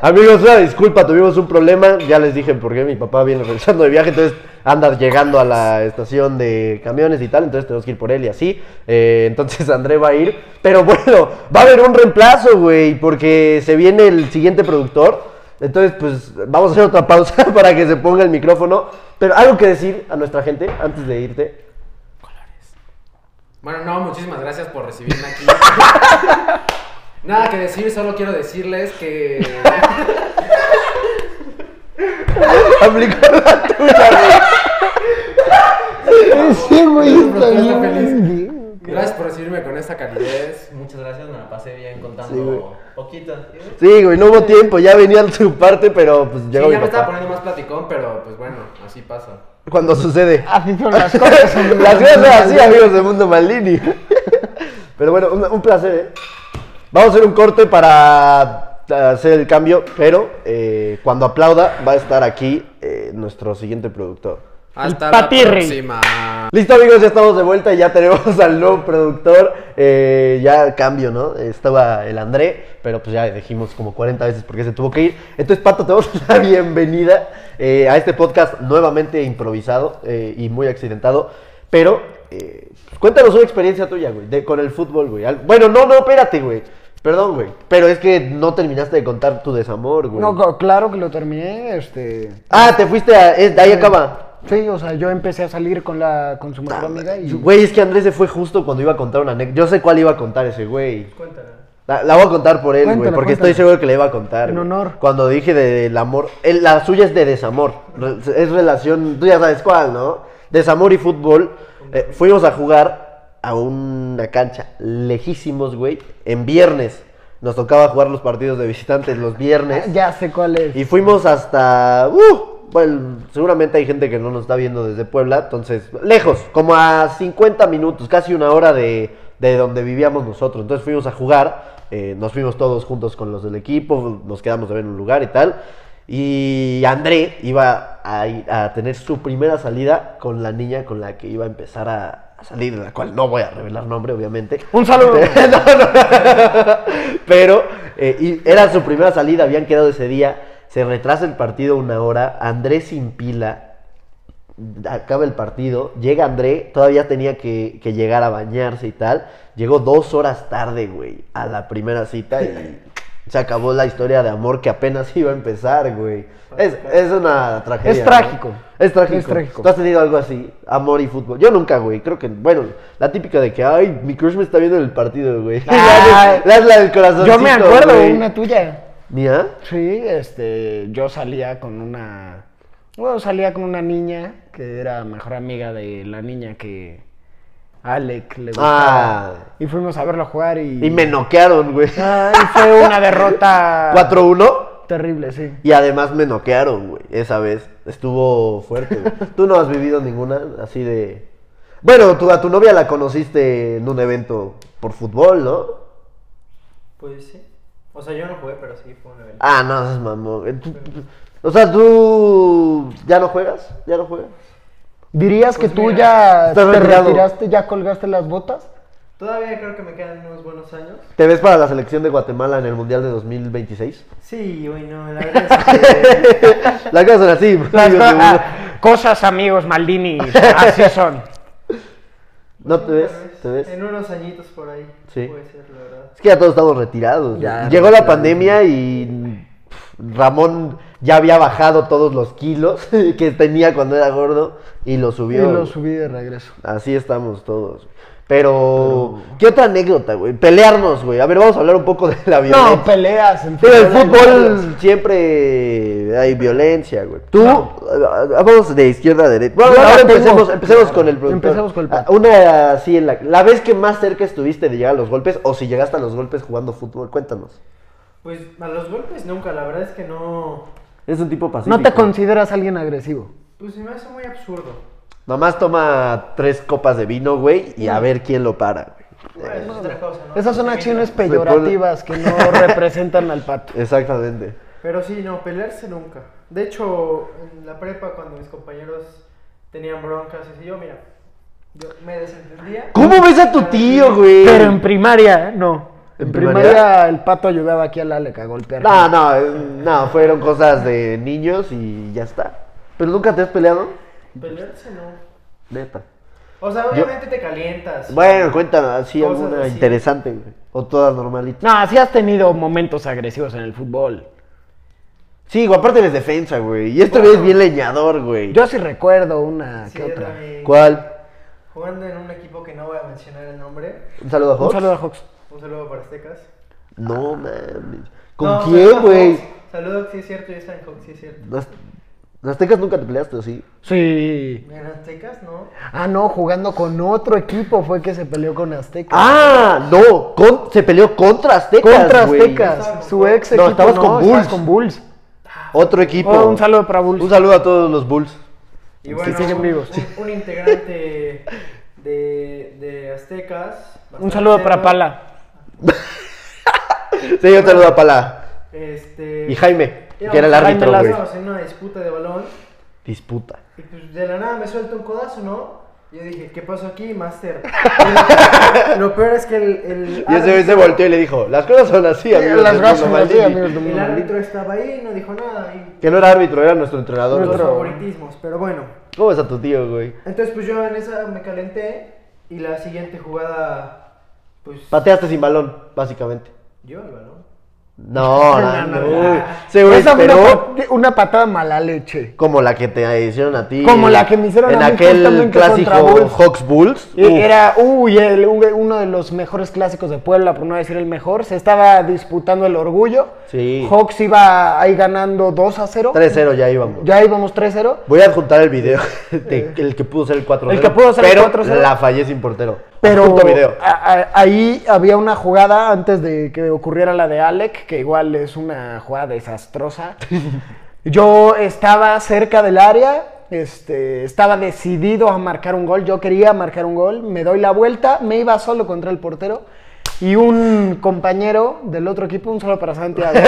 Speaker 2: Amigos, una disculpa, tuvimos un problema. Ya les dije por qué mi papá viene regresando de viaje, entonces anda llegando a la estación de camiones y tal, entonces tenemos que ir por él y así. Eh, entonces André va a ir. Pero bueno, va a haber un reemplazo, güey, porque se viene el siguiente productor. Entonces, pues vamos a hacer otra pausa para que se ponga el micrófono. Pero algo que decir a nuestra gente antes de irte.
Speaker 3: Bueno, no, muchísimas gracias por recibirme aquí. Nada que decir, solo quiero decirles que.
Speaker 2: Aplicar la tuya,
Speaker 4: Sí, güey, está
Speaker 3: Estoy
Speaker 4: bien.
Speaker 3: feliz. Gracias por recibirme con esta calidez. Muchas gracias, me la pasé bien
Speaker 2: güey.
Speaker 3: contando poquito. Sí,
Speaker 2: Sí, güey, no hubo tiempo, ya venía su parte, pero pues
Speaker 3: ya
Speaker 2: llegó
Speaker 3: me
Speaker 2: mi papá.
Speaker 3: estaba poniendo más platicón, pero pues bueno, así pasa.
Speaker 2: Cuando sucede.
Speaker 4: Así son las cosas. amigos.
Speaker 2: Las cosas son así, amigos de Mundo Maldini. Pero bueno, un, un placer, ¿eh? Vamos a hacer un corte para hacer el cambio, pero eh, cuando aplauda va a estar aquí eh, nuestro siguiente productor.
Speaker 3: Hasta la
Speaker 5: Patirri.
Speaker 3: próxima.
Speaker 2: Listo amigos, ya estamos de vuelta y ya tenemos al nuevo productor. Eh, ya cambio, ¿no? Estaba el André, pero pues ya dijimos como 40 veces porque se tuvo que ir. Entonces, Pato, te damos la bienvenida eh, a este podcast nuevamente improvisado eh, y muy accidentado. Pero eh, pues, cuéntanos una experiencia tuya, güey, de- con el fútbol, güey. Al- Bueno, no, no, espérate, güey. Perdón, güey. Pero es que no terminaste de contar tu desamor, güey.
Speaker 4: No, co- claro que lo terminé, este... eh,
Speaker 2: ah, te fuiste a... es- de ahí acaba.
Speaker 4: Sí, o sea, yo empecé a salir con la con su mejor amiga y...
Speaker 2: Güey, es que Andrés se fue justo cuando iba a contar una anécdota. Yo sé cuál iba a contar ese güey.
Speaker 3: Cuéntala.
Speaker 2: La, la voy a contar por él, güey,
Speaker 4: Cuéntala,
Speaker 2: porque
Speaker 4: cuéntala.
Speaker 2: estoy seguro que le iba a contar.
Speaker 4: En
Speaker 2: güey.
Speaker 4: honor.
Speaker 2: Cuando dije de- del amor, el- la suya es de desamor. Re- Es relación, tú ya sabes cuál, ¿no? Desamor y fútbol. Eh, fuimos a jugar a una cancha lejísimos, güey, en viernes. Nos tocaba jugar los partidos de visitantes los viernes.
Speaker 4: Ah, Ya sé cuál es.
Speaker 2: Y fuimos hasta. ¡uh! bueno, seguramente hay gente que no nos está viendo desde Puebla, entonces, lejos, como a 50 minutos, casi una hora de, de donde vivíamos nosotros. Entonces fuimos a jugar, eh, nos fuimos todos juntos con los del equipo, nos quedamos de ver en un lugar y tal. Y André iba a, ir- a tener su primera salida con la niña con la que iba a empezar a, a salir, de la cual no voy a revelar nombre, obviamente.
Speaker 5: Un saludo.
Speaker 2: No, no. Pero eh, y era su primera salida, habían quedado ese día. Se retrasa el partido una hora. Andrés sin pila. Acaba el partido. Llega André. Todavía tenía que, que llegar a bañarse y tal. Llegó dos horas tarde, güey, a la primera cita. Y se acabó la historia de amor que apenas iba a empezar, güey. Es, es una tragedia.
Speaker 4: Es
Speaker 2: ¿no?
Speaker 4: trágico.
Speaker 2: Es trágico.
Speaker 4: Es trágico.
Speaker 2: ¿Tú has tenido algo así? Amor y fútbol. Yo nunca, güey. Creo que, bueno, la típica de que, ay, mi crush me está viendo en el partido, güey.
Speaker 4: Ay.
Speaker 2: La, la del corazón.
Speaker 5: Yo me acuerdo
Speaker 4: Fue
Speaker 5: güey.
Speaker 4: una tuya.
Speaker 2: ¿Mía?
Speaker 4: Sí, este, yo salía con una, bueno, salía con una niña que era mejor amiga de la niña que Alec le gustaba.
Speaker 2: Ah.
Speaker 4: Y fuimos a verlo jugar y...
Speaker 2: Y me noquearon, güey.
Speaker 4: Ah, y fue una derrota
Speaker 2: 4-1.
Speaker 4: terrible, sí.
Speaker 2: Y además me noquearon, güey. Esa vez. Estuvo fuerte, güey. Tú no has vivido ninguna así de. Bueno, tú, a tu novia la conociste en un evento por fútbol, ¿no?
Speaker 6: Pues sí. O sea, yo no jugué, pero sí fue un evento.
Speaker 2: Ah, no, es mamón. Eh, tú- tú- O sea, tú. ¿Ya no juegas? ¿Ya no juegas?
Speaker 4: ¿Dirías que
Speaker 6: Pues
Speaker 4: tú
Speaker 6: mira,
Speaker 4: ya te
Speaker 2: estás retirado.
Speaker 4: retiraste, ya colgaste las botas?
Speaker 6: Todavía creo que me quedan unos buenos años.
Speaker 2: ¿Te ves para la selección de Guatemala en el Mundial de 2026?
Speaker 6: Sí, güey, no, la verdad es que...
Speaker 2: Las cosas son así.
Speaker 5: Las
Speaker 2: amigos,
Speaker 5: co-
Speaker 2: seguro.
Speaker 5: ah, cosas, amigos, Maldini, así son.
Speaker 2: ¿No te ves?
Speaker 6: Tal vez.
Speaker 2: ¿Te ves?
Speaker 6: En unos añitos por ahí.
Speaker 2: Sí.
Speaker 6: Puede ser, la verdad.
Speaker 2: Es que ya todos estamos retirados.
Speaker 4: Ya,
Speaker 2: güey. Llegó la
Speaker 4: retirados,
Speaker 2: pandemia y pff, Ramón ya había bajado todos los kilos que tenía cuando era gordo y lo
Speaker 4: Y
Speaker 2: subió.
Speaker 4: lo
Speaker 2: güey.
Speaker 4: subí de regreso.
Speaker 2: Así estamos todos. Pero, ¿qué otra anécdota, güey? Pelearnos, güey. A ver, vamos a hablar un poco de la violencia.
Speaker 4: No, peleas. en
Speaker 2: Pero el
Speaker 4: fútbol hay peleas.
Speaker 2: fútbol siempre hay violencia, güey. Tú, eh, vamos de izquierda a derecha. Bueno,
Speaker 4: Yo la
Speaker 2: ahora
Speaker 4: tengo.
Speaker 2: empecemos, empecemos con el productor.
Speaker 4: Empecemos con el
Speaker 2: Ah,
Speaker 4: pato.
Speaker 2: Una así en la. La vez que más cerca estuviste de llegar a los golpes, o si llegaste a los golpes jugando fútbol, cuéntanos.
Speaker 6: Pues a los golpes nunca, la verdad es que no...
Speaker 2: Es un tipo pacífico.
Speaker 4: ¿No te consideras alguien agresivo?
Speaker 6: Pues se me hace muy absurdo.
Speaker 2: Nomás toma tres copas de vino, güey, y a ver quién lo para, güey.
Speaker 6: Bueno, eso es otra cosa, ¿no?
Speaker 4: Esas son
Speaker 6: Sentimiento.
Speaker 4: acciones
Speaker 2: pone-
Speaker 4: peyorativas que no representan al pato.
Speaker 2: Exactamente.
Speaker 6: Pero sí, no, pelearse nunca. De hecho, en la prepa, cuando mis compañeros tenían broncas, y yo, mira, yo me desentendía.
Speaker 2: ¿Cómo ves a tu tío, güey?
Speaker 5: Pero en primaria, no.
Speaker 4: En primaria el pato ayudaba aquí al Alec a golpear.
Speaker 2: No, no, eh, no, fueron cosas de niños y ya está. Pero nunca te has peleado,
Speaker 6: Pelearse no.
Speaker 2: neta.
Speaker 6: O sea, obviamente te calientas.
Speaker 2: Bueno, cuéntanos, así
Speaker 6: Cosas
Speaker 2: alguna
Speaker 6: así.
Speaker 2: interesante, güey. O todas normalitas.
Speaker 5: No, sí has tenido momentos agresivos en el fútbol.
Speaker 2: Sí, güey, aparte eres defensa, güey. Y este
Speaker 6: Bueno.
Speaker 2: güey es bien leñador, güey.
Speaker 4: Yo sí recuerdo una
Speaker 6: Sí,
Speaker 4: que
Speaker 6: yo
Speaker 4: otra.
Speaker 6: también.
Speaker 2: ¿Cuál?
Speaker 6: Jugando en un equipo que no voy a mencionar el nombre.
Speaker 2: ¿Un saludo a Hawks?
Speaker 4: Un saludo a Hawks.
Speaker 6: Un saludo para Aztecas.
Speaker 2: No, mames. ¿Con
Speaker 6: No, saludo
Speaker 2: quién,
Speaker 6: a
Speaker 2: güey?
Speaker 6: Hawks. Saludos, sí es cierto, yo estaba en Hawks, sí es cierto.
Speaker 2: Las, las tecas nunca te peleaste, ¿o sí?
Speaker 4: Sí.
Speaker 6: En Aztecas, ¿no?
Speaker 4: Ah, no, jugando con otro equipo fue que se peleó con Aztecas.
Speaker 2: ¡Ah! No, con- se peleó contra Aztecas,
Speaker 4: Contra
Speaker 2: güey.
Speaker 4: Aztecas, su ex
Speaker 2: No,
Speaker 4: equipo.
Speaker 2: estabas con Bulls.
Speaker 4: estabas con Bulls.
Speaker 2: Otro equipo.
Speaker 5: Oh, un saludo para Bulls.
Speaker 2: Un saludo a todos los Bulls.
Speaker 6: Y bueno,
Speaker 4: siguen
Speaker 6: un,
Speaker 4: vivos.
Speaker 6: un- un integrante de, de Aztecas.
Speaker 5: Un saludo
Speaker 6: bastante
Speaker 5: para
Speaker 6: cero,
Speaker 5: Pala.
Speaker 2: Sí, un saludo a Palá.
Speaker 6: Este,
Speaker 2: Y Jaime,
Speaker 6: íbamos-
Speaker 2: que era el
Speaker 5: Jaime
Speaker 2: árbitro,
Speaker 5: Lazo.
Speaker 2: güey.
Speaker 6: Estábamos en una disputa de balón
Speaker 2: Disputa.
Speaker 6: y pues de la nada me suelta un codazo, ¿no? Y Yo dije, ¿qué pasó aquí, Master? Lo peor es que el. el
Speaker 2: Y ese güey se
Speaker 6: árbitro-
Speaker 2: volteó y le dijo, las cosas son así, amigos.
Speaker 4: las
Speaker 2: del
Speaker 4: cosas
Speaker 2: mundo
Speaker 4: son así,
Speaker 2: maldito".
Speaker 4: amigos del mundo.
Speaker 6: El árbitro estaba ahí y no dijo nada. Y
Speaker 2: Que no era árbitro, era nuestro entrenador.
Speaker 6: los
Speaker 2: güey.
Speaker 6: favoritismos, pero bueno.
Speaker 2: ¿Cómo es a tu tío, güey?
Speaker 6: Entonces, pues yo en esa me calenté y la siguiente jugada, pues.
Speaker 2: Pateaste sin balón, básicamente.
Speaker 6: yo el balón.
Speaker 2: No, no,
Speaker 4: No,
Speaker 2: no.
Speaker 4: no,
Speaker 2: güey.
Speaker 4: no.
Speaker 2: Ese güey
Speaker 4: Esa fue
Speaker 2: esperó
Speaker 4: una, pat- una patada mala leche.
Speaker 2: como la que te hicieron a ti.
Speaker 4: Como
Speaker 2: en-
Speaker 4: la que me hicieron
Speaker 2: En
Speaker 4: a mí
Speaker 2: aquel
Speaker 4: justamente
Speaker 2: clásico
Speaker 4: contra Bulls.
Speaker 2: Hawks Bulls.
Speaker 4: Y
Speaker 2: Uf.
Speaker 4: E-, Era, uy, el- un- uno de los mejores clásicos de Puebla, por no decir el mejor. Se estaba disputando el orgullo.
Speaker 2: Sí.
Speaker 4: Hawks iba ahí ganando 2 a 0.
Speaker 2: 3-0 ya íbamos.
Speaker 4: Ya íbamos 3-0.
Speaker 2: Voy a adjuntar el video de el que pudo ser el 4-0.
Speaker 4: El que pudo ser el
Speaker 2: pero
Speaker 4: 4-0.
Speaker 2: La fallé sin portero.
Speaker 4: Pero
Speaker 2: Adjunto video.
Speaker 4: a- a- ahí había una jugada antes de que ocurriera la de Alec, que igual es una jugada desastrosa. Yo estaba cerca del área, este, estaba decidido a marcar un gol, yo quería marcar un gol, me doy la vuelta, me iba solo contra el portero y un compañero del otro equipo, un solo para Santiago,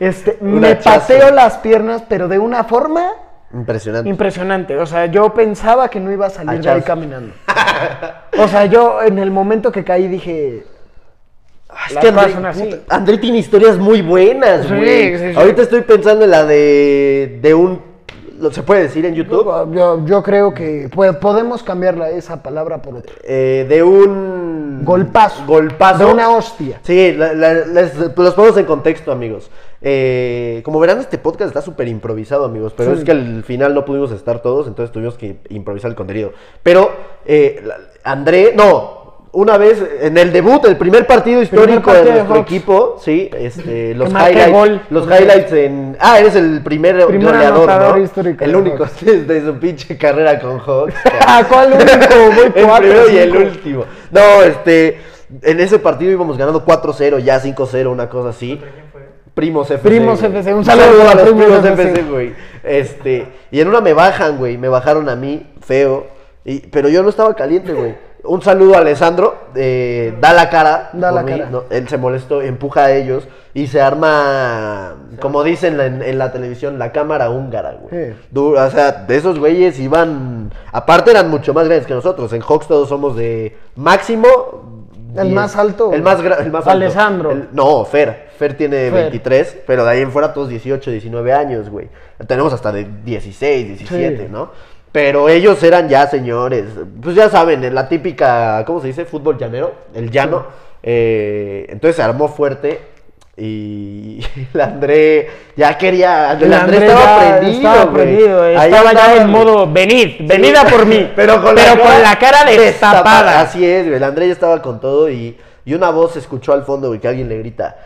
Speaker 4: este,
Speaker 2: Un
Speaker 4: me
Speaker 2: hachazo.
Speaker 4: pateo las piernas, pero de una forma
Speaker 2: Impresionante.
Speaker 4: impresionante. O sea, yo pensaba que no
Speaker 2: Ah,
Speaker 4: iba a salir de ahí
Speaker 2: Hachazos.
Speaker 4: caminando. O sea, yo en el momento que caí dije,
Speaker 2: Ah, es
Speaker 5: Las
Speaker 2: que
Speaker 5: cosas
Speaker 2: André,
Speaker 5: son así.
Speaker 2: puta, André tiene historias muy buenas,
Speaker 5: Sí,
Speaker 2: güey.
Speaker 5: sí, sí.
Speaker 2: Ahorita estoy pensando en la de, de un... ¿lo- ¿Se puede decir en YouTube?
Speaker 4: yo, yo creo que pues, podemos cambiar la- esa palabra por otra.
Speaker 2: Eh, de un...
Speaker 4: Golpazo.
Speaker 2: Golpazo.
Speaker 4: De una hostia.
Speaker 2: Sí, la- la- les- los ponemos en contexto, amigos. Eh, como verán, este podcast está súper improvisado, amigos. Pero
Speaker 4: Sí.
Speaker 2: es que al final no pudimos estar todos, entonces tuvimos que improvisar el contenido. Pero, eh, la- André, no. Una vez, en el debut, el primer partido histórico
Speaker 4: partido
Speaker 2: de
Speaker 4: de
Speaker 2: nuestro
Speaker 4: Hawks.
Speaker 2: equipo, sí, este, los
Speaker 4: marque
Speaker 2: highlights.
Speaker 4: gol.
Speaker 2: Los highlights en. Ah, eres el primer
Speaker 4: Primer
Speaker 2: goleador,
Speaker 4: anotador
Speaker 2: ¿no?
Speaker 4: histórico
Speaker 2: El
Speaker 4: de
Speaker 2: único
Speaker 4: Hawks.
Speaker 2: desde su pinche carrera con Hawks.
Speaker 4: Ah, ¿cuál único? Voy
Speaker 2: el
Speaker 4: cuatro,
Speaker 2: primero y el
Speaker 4: cinco.
Speaker 2: último. No, este. En ese partido íbamos ganando 4-0, ya 5-0, una cosa así.
Speaker 6: ¿Quién fue?
Speaker 2: Primos FC.
Speaker 4: Primos
Speaker 2: güey.
Speaker 4: FC, un saludo a
Speaker 2: los
Speaker 4: Primos
Speaker 2: primos
Speaker 4: FC.
Speaker 2: FC, güey. Este. Y en una me bajan, güey. Me bajaron a mí, feo. y- pero yo no estaba caliente, güey. Un saludo a Alessandro. eh, da la cara.
Speaker 4: Da
Speaker 2: por
Speaker 4: la
Speaker 2: mí,
Speaker 4: cara.
Speaker 2: ¿no? Él se molestó, empuja a ellos. Y se arma, como dicen en, en la televisión, la cámara húngara, güey.
Speaker 4: Sí.
Speaker 2: Du- o sea, de esos güeyes iban. Aparte eran mucho más grandes que nosotros. En Hawks todos somos de máximo.
Speaker 4: El más alto.
Speaker 2: El más, gra- el más alto.
Speaker 4: Alessandro.
Speaker 2: El- no, Fer. Fer tiene
Speaker 4: Fer.
Speaker 2: 23, pero de ahí en fuera todos 18, 19 años, güey. Tenemos hasta de 16, 17,
Speaker 4: Sí.
Speaker 2: ¿no? Pero ellos eran ya señores. Pues ya saben, en la típica, ¿cómo se dice? Fútbol llanero, el llano. Eh, entonces se armó fuerte y el André ya quería... El, André, estaba
Speaker 5: ya
Speaker 2: prendido,
Speaker 5: estaba
Speaker 2: güey.
Speaker 5: prendido,
Speaker 4: eh.
Speaker 2: Ahí
Speaker 5: estaba ya
Speaker 2: andaba,
Speaker 5: en
Speaker 2: güey.
Speaker 5: modo, venid, venid a por mí.
Speaker 2: Pero con, la, cara
Speaker 5: destapada.
Speaker 2: Así es, güey. El André ya estaba con todo y, y una voz se escuchó al fondo, güey, que alguien le grita.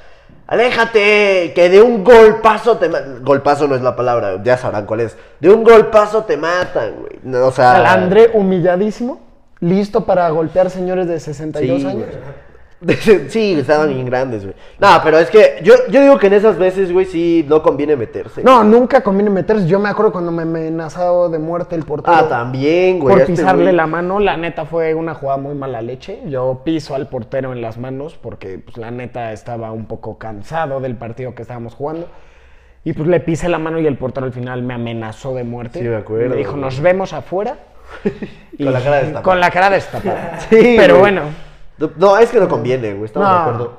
Speaker 2: Aléjate, que de un golpazo te matan. Golpazo no es la palabra, ya sabrán cuál es. De un golpazo te matan, güey. No, O sea,
Speaker 4: Al André humilladísimo, listo para golpear señores de 62
Speaker 2: sí,
Speaker 4: años.
Speaker 2: güey. sí, estaban bien grandes, güey. No, pero es que yo, yo digo que en esas veces, güey, sí no conviene meterse.
Speaker 4: No, nunca conviene meterse. Yo me acuerdo cuando me amenazado de muerte el portero.
Speaker 2: Ah, también, güey.
Speaker 4: Por
Speaker 2: este
Speaker 4: pisarle
Speaker 2: güey.
Speaker 4: la mano, la neta fue una jugada muy mala leche. Yo piso al portero en las manos porque pues, la neta estaba un poco cansado del partido que estábamos jugando. Y pues le pisé la mano y el portero al final me amenazó de muerte.
Speaker 2: Sí, me acuerdo,
Speaker 4: Me dijo,
Speaker 2: güey.
Speaker 4: nos vemos afuera.
Speaker 2: Con la cara destapada.
Speaker 4: Con la cara destapada.
Speaker 2: Sí,
Speaker 4: Pero
Speaker 2: güey.
Speaker 4: bueno,
Speaker 2: No, es que no conviene, güey. Estamos de
Speaker 4: No.
Speaker 2: acuerdo.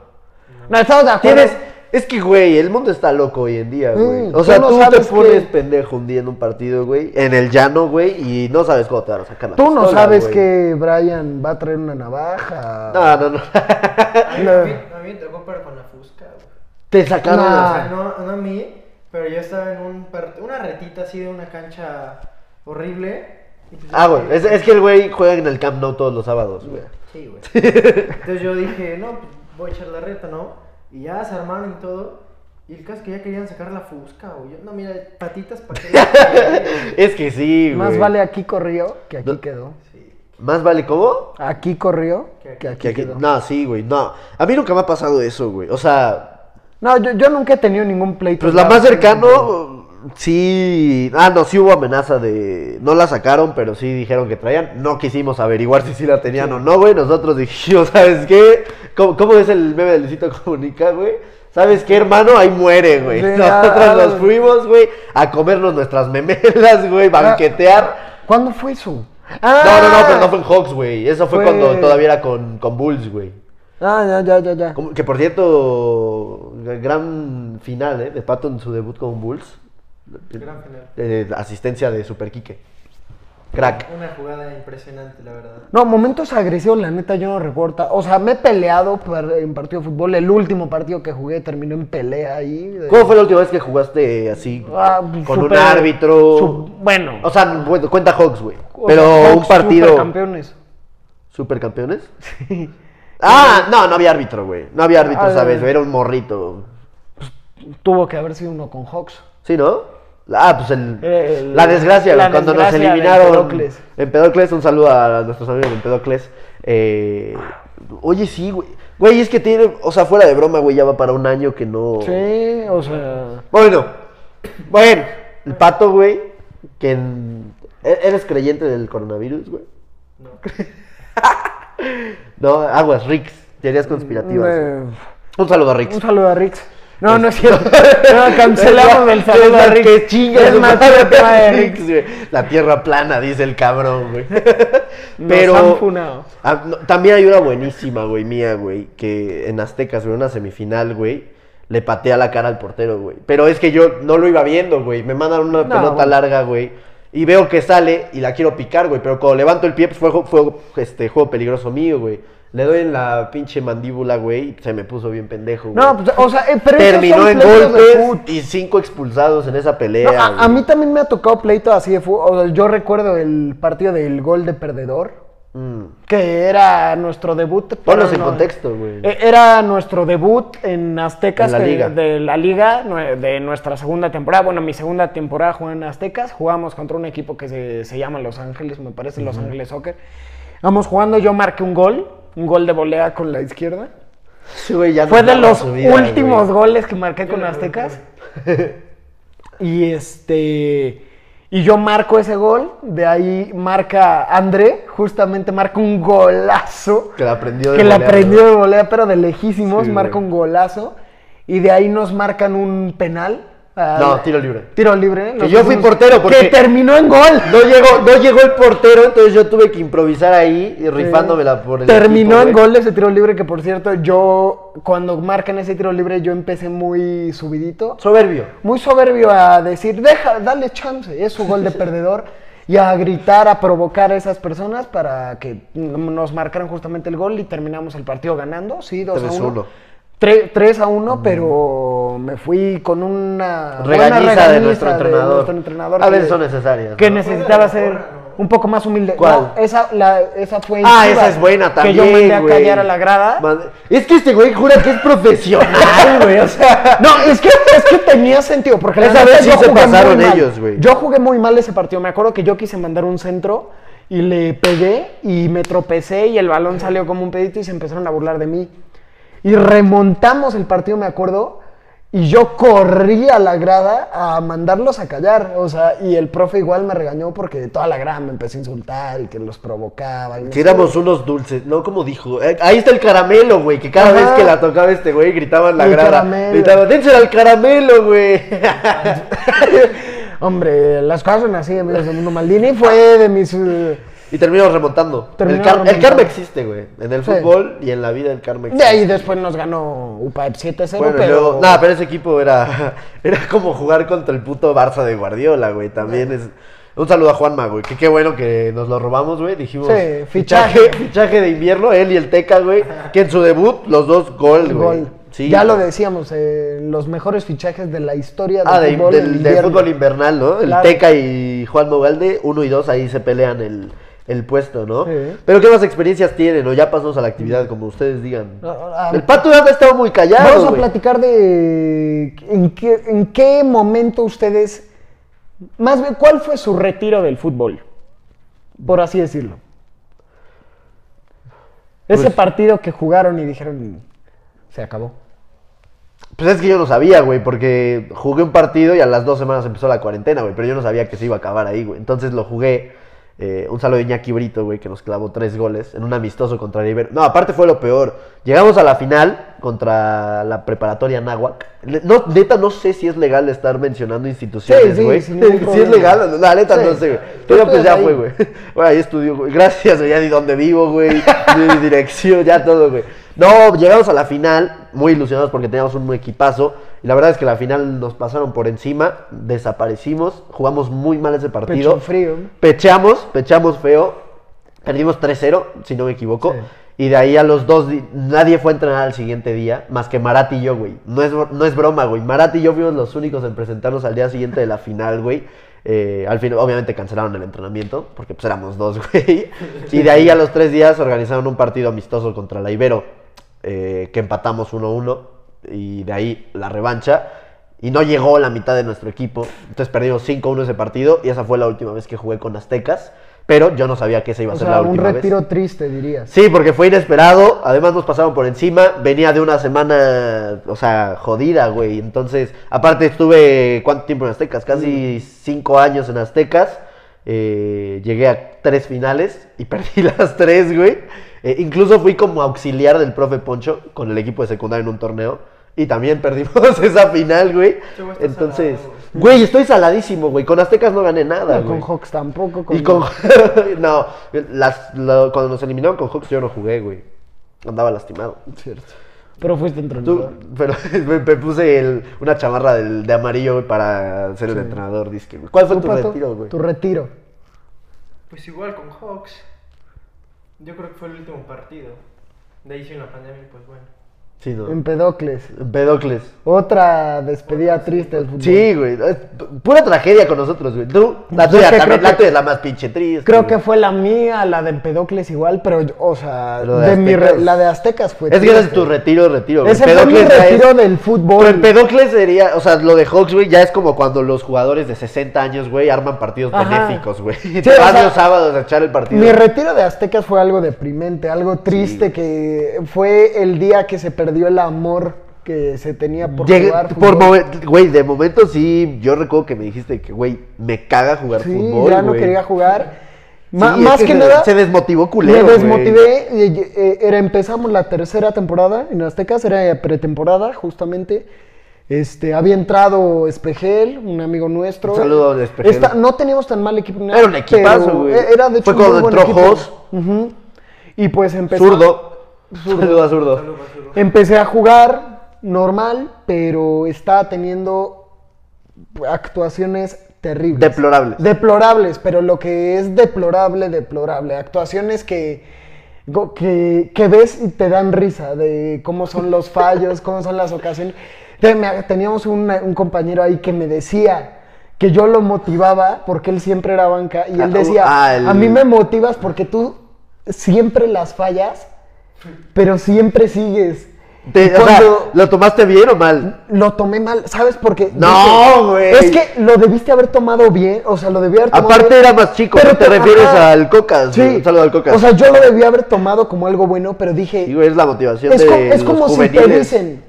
Speaker 5: No, estamos de acuerdo.
Speaker 2: Tienes. Es que, güey, el mundo está loco hoy en día, güey.
Speaker 4: Mm,
Speaker 2: o sea,
Speaker 4: tú no
Speaker 2: tú, te
Speaker 4: sabes
Speaker 2: pones
Speaker 4: que-
Speaker 2: pendejo un día en un partido, güey, en el llano, güey, y no sabes cómo te van a sacar la
Speaker 4: Tú no
Speaker 2: pistola,
Speaker 4: sabes
Speaker 2: güey.
Speaker 4: que Brian va a traer una navaja.
Speaker 2: No, no, no.
Speaker 6: A mí,
Speaker 4: Ah, No. Ah,
Speaker 6: a mí- a mí me tocó, pero con la fusca, güey.
Speaker 2: te sacaron
Speaker 4: No.
Speaker 2: la-
Speaker 6: O sea, no, no a mí, pero yo estaba en un par- una retita así de una cancha horrible. y pues
Speaker 2: Ah,
Speaker 6: yo
Speaker 2: güey.
Speaker 6: dije-
Speaker 2: Es, es que el güey juega en el Camp Nou todos los sábados, güey.
Speaker 6: Sí, güey. Entonces yo dije, no, pues voy a echar la reta, ¿no? Y ya se armaron y todo. Y el caso es que ya querían sacar la fusca, güey. Yo, no, mira, patitas para que.
Speaker 2: Es que sí, güey.
Speaker 4: Más vale aquí corrió que aquí
Speaker 2: No.
Speaker 4: quedó.
Speaker 6: sí,
Speaker 2: ¿Más vale cómo?
Speaker 4: Aquí corrió
Speaker 6: Que aquí-
Speaker 4: que aquí
Speaker 2: Que aquí-
Speaker 4: quedó. No,
Speaker 2: No, sí, güey. No. A mí nunca me ha pasado eso, güey. O sea,
Speaker 4: yo, yo nunca he tenido ningún pleito.
Speaker 2: Pues la
Speaker 4: grave.
Speaker 2: más cercano, sí. Ah, no, sí hubo amenaza de. No la sacaron, pero sí dijeron que traían. No quisimos averiguar si sí la tenían o no, güey. Nosotros dijimos, ¿sabes qué? ¿Cómo, cómo es el meme de Luisito Comunica, güey? ¿Sabes qué, hermano? Ahí muere, güey.
Speaker 4: Sí, ah,
Speaker 2: Nosotros nos
Speaker 4: ah,
Speaker 2: fuimos, güey, a comernos nuestras memelas, güey,
Speaker 4: Ah.
Speaker 2: banquetear.
Speaker 4: ¿Cuándo fue eso?
Speaker 2: No, no, no, pero no fue en Hawks, güey. Eso fue,
Speaker 4: Fue-
Speaker 2: cuando todavía era con, con Bulls, güey.
Speaker 4: Ah, ya, ya, ya, ya.
Speaker 2: Como- Que por cierto, gran final, ¿eh? De Pato en su debut con Bulls.
Speaker 6: gran final.
Speaker 2: Eh, asistencia de Super Quique. Crack.
Speaker 6: Una jugada impresionante, la verdad.
Speaker 4: No, momentos agresivos, la neta, yo no recuerdo. O sea, me he peleado par- en partido de fútbol. El último partido que jugué terminó en pelea ahí. de-
Speaker 2: ¿Cómo fue la última vez que jugaste así?
Speaker 4: Ah,
Speaker 2: con un
Speaker 4: súper-
Speaker 2: árbitro.
Speaker 5: Su- bueno,
Speaker 2: O sea, bueno, cuenta Hawks, güey.
Speaker 4: o
Speaker 2: Pero
Speaker 4: sea, Hawks
Speaker 2: un partido.
Speaker 4: supercampeones.
Speaker 2: ¿Supercampeones? Ah, no, no había árbitro, güey. No había árbitro,
Speaker 4: Ah,
Speaker 2: ¿sabes?
Speaker 4: ya, ya.
Speaker 2: Era un morrito.
Speaker 4: Tuvo que haber sido uno con Hawks.
Speaker 2: ¿Sí, no? Ah, pues el,
Speaker 4: Eh, El-
Speaker 2: la desgracia,
Speaker 4: la
Speaker 2: güey, cuando
Speaker 4: desgracia
Speaker 2: nos
Speaker 4: de
Speaker 2: eliminaron.
Speaker 4: Empedocles.
Speaker 2: Empedocles, un saludo a nuestros amigos de Empedocles. Eh, oye, sí, güey. Güey, es que tiene, o sea, fuera de broma, güey, ya va para un año que no.
Speaker 4: Sí, o sea.
Speaker 2: Bueno, bueno, el pato, güey, que en- ¿E- eres creyente del coronavirus, güey.
Speaker 6: No.
Speaker 2: No, aguas, Rix, teorías conspirativas. güey.
Speaker 4: me-
Speaker 2: Un saludo a Rix.
Speaker 4: Mm, eh. Un saludo a Rix. No, no es cierto. No, cancelamos el saludo a Rix.
Speaker 2: Que chinga
Speaker 4: Es
Speaker 2: su
Speaker 4: más,
Speaker 2: madre,
Speaker 4: el tema de
Speaker 2: Rix,
Speaker 4: Rix.
Speaker 2: güey. La tierra plana, dice el cabrón, güey.
Speaker 4: Nos
Speaker 2: Pero.
Speaker 4: han funado.
Speaker 2: Ah, no, también hay una buenísima, güey, mía, güey, que en Aztecas, güey, una semifinal, güey, le patea la cara al portero, güey. Pero es que yo no lo iba viendo, güey. Me mandan una
Speaker 4: No,
Speaker 2: pelota
Speaker 4: bueno.
Speaker 2: larga, güey. Y veo que sale y la quiero picar, güey. Pero cuando levanto el pie, pues fue, ju- fue este, juego peligroso mío, güey. Le doy en la pinche mandíbula, güey. y Se me puso bien pendejo, güey.
Speaker 4: No, pues, o sea, eh, pero esos
Speaker 2: Terminó
Speaker 4: son
Speaker 2: en
Speaker 4: pleitos de
Speaker 2: golpes
Speaker 4: fut.
Speaker 2: y cinco expulsados en esa pelea.
Speaker 4: No, a, a
Speaker 2: güey.
Speaker 4: mí también me ha tocado pleito así de fútbol. O sea, yo recuerdo el partido del gol de perdedor,
Speaker 2: Mm.
Speaker 4: que era nuestro debut. pero
Speaker 2: Ponlos en
Speaker 4: no-
Speaker 2: contexto, güey.
Speaker 4: Eh, Era nuestro debut en Aztecas
Speaker 2: En la
Speaker 4: que-
Speaker 2: liga.
Speaker 5: de la liga, nue- de nuestra segunda temporada. Bueno, mi segunda temporada jugué en Aztecas. Jugamos contra un equipo que se, se llama Los Ángeles, me parece, Los Ángeles Soccer.
Speaker 4: Vamos jugando, yo marqué un gol, un gol de volea con la izquierda.
Speaker 2: Ese güey ya
Speaker 4: Fue
Speaker 2: nos
Speaker 4: de
Speaker 2: daba
Speaker 4: los
Speaker 2: su vida, güey.
Speaker 4: últimos goles que marqué con Aztecas. y este. Y yo marco ese gol. De ahí marca André. Justamente marca un golazo.
Speaker 2: Que la aprendió de
Speaker 4: Que la
Speaker 2: volea,
Speaker 4: aprendió
Speaker 2: ¿verdad?
Speaker 4: de volea, pero de lejísimos.
Speaker 2: Sí,
Speaker 4: marca
Speaker 2: güey.
Speaker 4: un golazo. Y de ahí nos marcan un penal. ah,
Speaker 2: No, tiro libre.
Speaker 4: Tiro libre.
Speaker 2: Que
Speaker 4: nos
Speaker 2: yo fui
Speaker 4: pusimos-
Speaker 2: portero, porque-
Speaker 4: Que terminó en gol.
Speaker 2: No llegó, no llegó el portero, entonces yo tuve que improvisar ahí y rifándomela por el
Speaker 4: Eh, Terminó
Speaker 2: equipo,
Speaker 4: en
Speaker 2: güey.
Speaker 4: gol ese tiro libre que por cierto yo cuando marcan ese tiro libre yo empecé muy subidito,
Speaker 2: Soberbio.
Speaker 4: muy soberbio a decir, deja, dale chance, es su gol de perdedor y a gritar, a provocar a esas personas para que n- nos marcaran justamente el gol y terminamos el partido ganando, sí, 2 a
Speaker 2: 3-1.
Speaker 4: 1. 3 a 1, pero me fui con una buena
Speaker 2: Regañiza de
Speaker 4: regañiza
Speaker 2: nuestro entrenador.
Speaker 4: nuestro entrenador
Speaker 2: A veces
Speaker 4: que-
Speaker 2: son necesarias.
Speaker 4: que
Speaker 2: ¿no?
Speaker 4: necesitaba ser un poco más humilde.
Speaker 2: ¿Cuál?
Speaker 4: No, esa, la- esa fue en
Speaker 2: Ah,
Speaker 4: Chivas,
Speaker 2: esa es buena también.
Speaker 4: Que yo mandé a
Speaker 2: güey.
Speaker 4: callar a la grada.
Speaker 2: Man- Es que este güey jura que es profesional, güey. O sea,
Speaker 4: No, es que, es que tenía sentido, porque la
Speaker 2: Esa
Speaker 4: neta
Speaker 2: vez sí
Speaker 4: yo
Speaker 2: se
Speaker 4: jugué
Speaker 2: pasaron
Speaker 4: muy mal.
Speaker 2: ellos, güey.
Speaker 4: Yo jugué muy mal ese partido. Me acuerdo que yo quise mandar un centro y le pegué y me tropecé y el balón salió como un pedito y se empezaron a burlar de mí. Y remontamos el partido, me acuerdo. Y yo corrí a la grada a mandarlos a callar. O sea, y el profe igual me regañó porque toda la grada me empezó a insultar y que los provocaba. y no
Speaker 2: si
Speaker 4: sé.
Speaker 2: éramos unos dulces, ¿no? Como dijo. Eh, Ahí está el caramelo, güey. Que cada
Speaker 4: Ajá.
Speaker 2: vez que la tocaba este güey gritaban la
Speaker 4: El
Speaker 2: grada.
Speaker 4: caramelo.
Speaker 2: Gritaban, dénsela al caramelo, güey.
Speaker 4: Hombre, las cosas son así, amigos del mundo Maldini. Fue de mis eh,
Speaker 2: Y terminamos remontando.
Speaker 4: Terminamos
Speaker 2: el, car- el
Speaker 4: remontando.
Speaker 2: karma existe, güey. En el
Speaker 4: Sí.
Speaker 2: fútbol y en la vida el karma
Speaker 4: De
Speaker 2: existe.
Speaker 4: ahí después nos ganó UPAEP 7-0,
Speaker 2: Bueno, y
Speaker 4: pero...
Speaker 2: luego, nada, pero ese equipo era, era como jugar contra el puto Barça de Guardiola, güey. También es. Un saludo a Juanma, güey. Que qué bueno que nos lo robamos, güey. Dijimos.
Speaker 4: Sí,
Speaker 2: fichaje.
Speaker 4: fichaje.
Speaker 2: Fichaje de invierno, él y el Teca, güey. Que en su debut, los dos gol, güey.
Speaker 4: Gol.
Speaker 2: Sí.
Speaker 4: ya lo decíamos, eh, los mejores fichajes de la historia del
Speaker 2: Ah, de-
Speaker 4: fútbol. en
Speaker 2: del, del
Speaker 4: invierno.
Speaker 2: fútbol invernal, ¿no? El
Speaker 4: Claro.
Speaker 2: Teca y Juan Mogalde, uno y dos, ahí se pelean el, el puesto, ¿no?
Speaker 4: Sí.
Speaker 2: Pero ¿qué más experiencias tienen? O ya pasamos a la actividad, como ustedes digan.
Speaker 4: Ah, ah,
Speaker 2: El Pato ya ha estado muy callado,
Speaker 4: Vamos a
Speaker 2: güey.
Speaker 4: platicar de en qué, en qué momento ustedes, más bien, ¿cuál fue su retiro del fútbol? Por así decirlo. Ese
Speaker 2: Pues-
Speaker 4: partido que jugaron y dijeron, se acabó.
Speaker 2: Pues es que yo no sabía, güey, porque jugué un partido y a las dos semanas empezó la cuarentena, güey, pero yo no sabía que se iba a acabar ahí, güey. Entonces lo jugué. eh, un saludo de Iñaki Brito, güey, que nos clavó tres goles en un amistoso contra River. No, aparte fue lo peor. Llegamos a la final contra la preparatoria Náhuac. Le- No, neta, no sé si es legal estar mencionando instituciones,
Speaker 4: Sí, sí,
Speaker 2: güey.
Speaker 4: sin ningún
Speaker 2: si es
Speaker 4: problema.
Speaker 2: legal, no, la neta
Speaker 4: Sí.
Speaker 2: no sé, güey.
Speaker 4: Tú
Speaker 2: Pero pues
Speaker 4: estudias
Speaker 2: ya
Speaker 4: ahí.
Speaker 2: fue, güey. Bueno, ahí estudió, güey. Gracias, güey. Ya di dónde vivo, güey. Di mi dirección, ya todo, güey. No, llegamos a la final, muy ilusionados porque teníamos un equipazo. Y la verdad es que la final nos pasaron por encima, desaparecimos, jugamos muy mal ese partido.
Speaker 4: Pecho frío.
Speaker 2: Pechamos, pechamos feo. Perdimos 3-0, si no me equivoco.
Speaker 4: Sí.
Speaker 2: Y de ahí a los dos, di- nadie fue a entrenar al siguiente día, más que Marat y yo, güey. No es, bro- no es broma, güey. Marat y yo fuimos los únicos en presentarnos al día siguiente de la final, güey. Eh, al final, obviamente cancelaron el entrenamiento, porque pues éramos dos, güey. Y de ahí a los tres días organizaron un partido amistoso contra la Ibero, eh, que empatamos 1-1. Y de ahí la revancha. Y no llegó la mitad de nuestro equipo. Entonces perdimos 5-1 ese partido. Y esa fue la última vez que jugué con Aztecas. Pero yo no sabía que esa iba a
Speaker 4: O
Speaker 2: ser
Speaker 4: sea,
Speaker 2: la
Speaker 4: un
Speaker 2: última vez.
Speaker 4: retiro triste, dirías.
Speaker 2: Sí, porque fue inesperado. Además nos pasaron por encima. Venía de una semana, o sea, jodida, güey. Entonces, aparte estuve, ¿cuánto tiempo en Aztecas? Casi cinco años en Aztecas. Eh, llegué a tres finales y perdí las tres, güey. Eh, incluso fui como auxiliar del profe Poncho con el equipo de secundaria en un torneo. Y también perdimos esa final, güey.
Speaker 6: Este güey está
Speaker 2: Entonces,
Speaker 6: salado,
Speaker 2: güey, estoy saladísimo, güey. Con Aztecas no gané nada, güey.
Speaker 4: con Hawks tampoco.
Speaker 2: Y con. no, las- lo- cuando nos eliminaron con Hawks yo no jugué, güey. Andaba lastimado.
Speaker 5: Pero fuiste
Speaker 2: Tú-
Speaker 5: entrenador.
Speaker 2: pero me, me puse el- una chamarra del- de amarillo güey, para ser el entrenador. Disque, güey. ¿Cuál fue
Speaker 4: ¿Tú,
Speaker 2: tu
Speaker 4: Pato?
Speaker 2: retiro, güey?
Speaker 4: Tu retiro.
Speaker 6: Pues igual con Hawks. Yo creo que fue el último partido. De ahí sin la pandemia, pues bueno.
Speaker 2: Sí, no.
Speaker 4: En Pedocles.
Speaker 2: Pedocles.
Speaker 4: Otra despedida triste del fútbol.
Speaker 2: Sí, güey. es pu- Pura tragedia con nosotros, güey. Tú, la
Speaker 4: Yo
Speaker 2: tuya
Speaker 4: que
Speaker 2: también.
Speaker 4: creo
Speaker 2: La
Speaker 4: que-
Speaker 2: tuya es la más pinche triste.
Speaker 4: Creo que
Speaker 2: güey.
Speaker 4: fue la mía, la de Empedocles igual, pero, yo- o sea,
Speaker 2: Lo de
Speaker 4: de mi re-
Speaker 2: Aztecas.
Speaker 4: la de Aztecas fue.
Speaker 2: Es que ese es
Speaker 4: triste.
Speaker 2: tu retiro, retiro. güey.
Speaker 4: Ese fue mi
Speaker 2: Pedocles ya es-
Speaker 4: retiro del fútbol.
Speaker 2: Pero en Pedocles sería, o sea, lo de Hawks, güey, ya es como cuando los jugadores de 60 años, güey, arman partidos
Speaker 4: Ajá.
Speaker 2: benéficos, güey.
Speaker 4: Sí,
Speaker 2: Te
Speaker 4: o
Speaker 2: vas
Speaker 4: sea,
Speaker 2: los sábados a echar el partido.
Speaker 4: Mi retiro de Aztecas fue algo deprimente, algo triste,
Speaker 2: Sí.
Speaker 4: que fue el día que se perdió el amor que se tenía por
Speaker 2: Llegué-
Speaker 4: jugar
Speaker 2: por
Speaker 4: fútbol.
Speaker 2: momen- Güey, de momento sí, yo recuerdo que me dijiste que, güey, me caga jugar
Speaker 4: Sí,
Speaker 2: fútbol,
Speaker 4: ya no
Speaker 2: güey.
Speaker 4: quería jugar.
Speaker 2: Sí,
Speaker 4: Ma-
Speaker 2: es
Speaker 4: más que,
Speaker 2: se-
Speaker 4: nada,
Speaker 2: Se desmotivó culero,
Speaker 4: me
Speaker 2: güey.
Speaker 4: desmotivé. y- y- eh, era, empezamos la tercera temporada en Aztecas, era pretemporada, justamente. Este, había entrado Espejel, un amigo nuestro.
Speaker 2: Un saludo de Espejel.
Speaker 4: Esta- no teníamos tan mal equipo. ni
Speaker 2: Era un
Speaker 4: nada,
Speaker 2: equipazo,
Speaker 4: pero
Speaker 2: güey.
Speaker 4: e- Era de hecho
Speaker 2: Fue
Speaker 4: un muy
Speaker 2: cuando
Speaker 4: buen
Speaker 2: entró
Speaker 4: equipo.
Speaker 2: Jos.
Speaker 4: Ujú. Y pues empezó.
Speaker 2: Zurdo. Saludo a zurdo.
Speaker 6: Saludos, saludos.
Speaker 4: Empecé a jugar normal, pero estaba teniendo actuaciones terribles.
Speaker 2: Deplorable.
Speaker 4: Deplorables, pero lo que es deplorable, deplorable. Actuaciones que, go- que, que ves y te dan risa de cómo son los fallos, cómo son las ocasiones. Te- me- Teníamos una- un compañero ahí que me decía que yo lo motivaba porque él siempre era banca y
Speaker 2: Ah,
Speaker 4: él decía,
Speaker 2: ah, el-
Speaker 4: a mí me motivas porque tú siempre las fallas, pero siempre sigues.
Speaker 2: Te-
Speaker 4: Y
Speaker 2: o sea,
Speaker 4: cuando-
Speaker 2: ¿lo tomaste bien o mal?
Speaker 4: lo tomé mal, ¿sabes por qué?
Speaker 2: No,
Speaker 4: Dije,
Speaker 2: güey.
Speaker 4: Es que lo debiste haber tomado bien, o sea, lo debí haber tomado
Speaker 2: Aparte
Speaker 4: bien,
Speaker 2: era más chico, ¿no te refieres al Cocas?
Speaker 4: Sí.
Speaker 2: Un saludo al Cocas.
Speaker 4: O sea, yo lo debí haber tomado como algo bueno, pero dije...
Speaker 2: Sí, güey, es la motivación
Speaker 4: es,
Speaker 2: de
Speaker 4: co-
Speaker 2: los
Speaker 4: es como si te
Speaker 2: juveniles.
Speaker 4: dicen,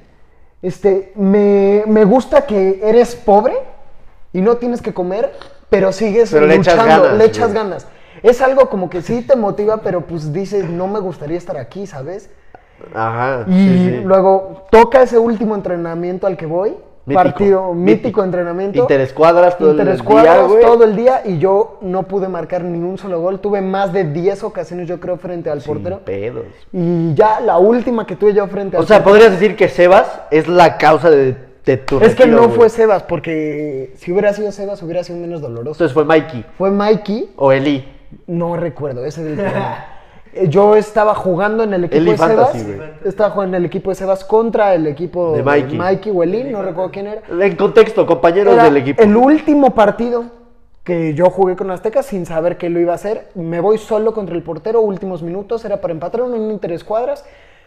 Speaker 4: este, me, me gusta que eres pobre y no tienes que comer, pero sigues
Speaker 2: Pero le echas
Speaker 4: luchando,
Speaker 2: ganas,
Speaker 4: le echas
Speaker 2: güey.
Speaker 4: ganas. Es algo como que sí te motiva, pero pues dices, no me gustaría estar aquí, ¿sabes?
Speaker 2: Ajá.
Speaker 4: Y
Speaker 2: sí, sí.
Speaker 4: luego toca ese último entrenamiento al que voy
Speaker 2: Mítico,
Speaker 4: partido, mítico,
Speaker 2: mítico.
Speaker 4: entrenamiento.
Speaker 2: Interescuadras todo el
Speaker 4: Interescuadras
Speaker 2: día, güey.
Speaker 4: todo el día y yo no pude marcar ni un solo gol. Tuve más de 10 ocasiones, yo creo, frente al
Speaker 2: Sin
Speaker 4: portero.
Speaker 2: pedos.
Speaker 4: Y ya la última que tuve yo frente al
Speaker 2: O sea,
Speaker 4: portero.
Speaker 2: podrías decir que Sebas es la causa de, de tu
Speaker 4: Es que
Speaker 2: retiro,
Speaker 4: no
Speaker 2: güey.
Speaker 4: fue Sebas, porque si hubiera sido Sebas hubiera sido menos doloroso.
Speaker 2: Entonces fue Mikey
Speaker 4: Fue Mikey,
Speaker 2: o Eli.
Speaker 4: no recuerdo, ese es el problema. Eh, Yo estaba jugando en el equipo
Speaker 2: Eli
Speaker 4: de
Speaker 2: Fantasy,
Speaker 4: Sebas.
Speaker 2: güey.
Speaker 4: Estaba jugando en el equipo de Sebas contra el equipo
Speaker 2: De Mikey.
Speaker 4: o Eli, no recuerdo quién era.
Speaker 2: En contexto, compañeros
Speaker 4: Era
Speaker 2: del equipo.
Speaker 4: El último partido que yo jugué con Azteca sin saber que lo iba a hacer. Me voy solo contra el portero, últimos minutos, era para empatar uno en tres cuadras.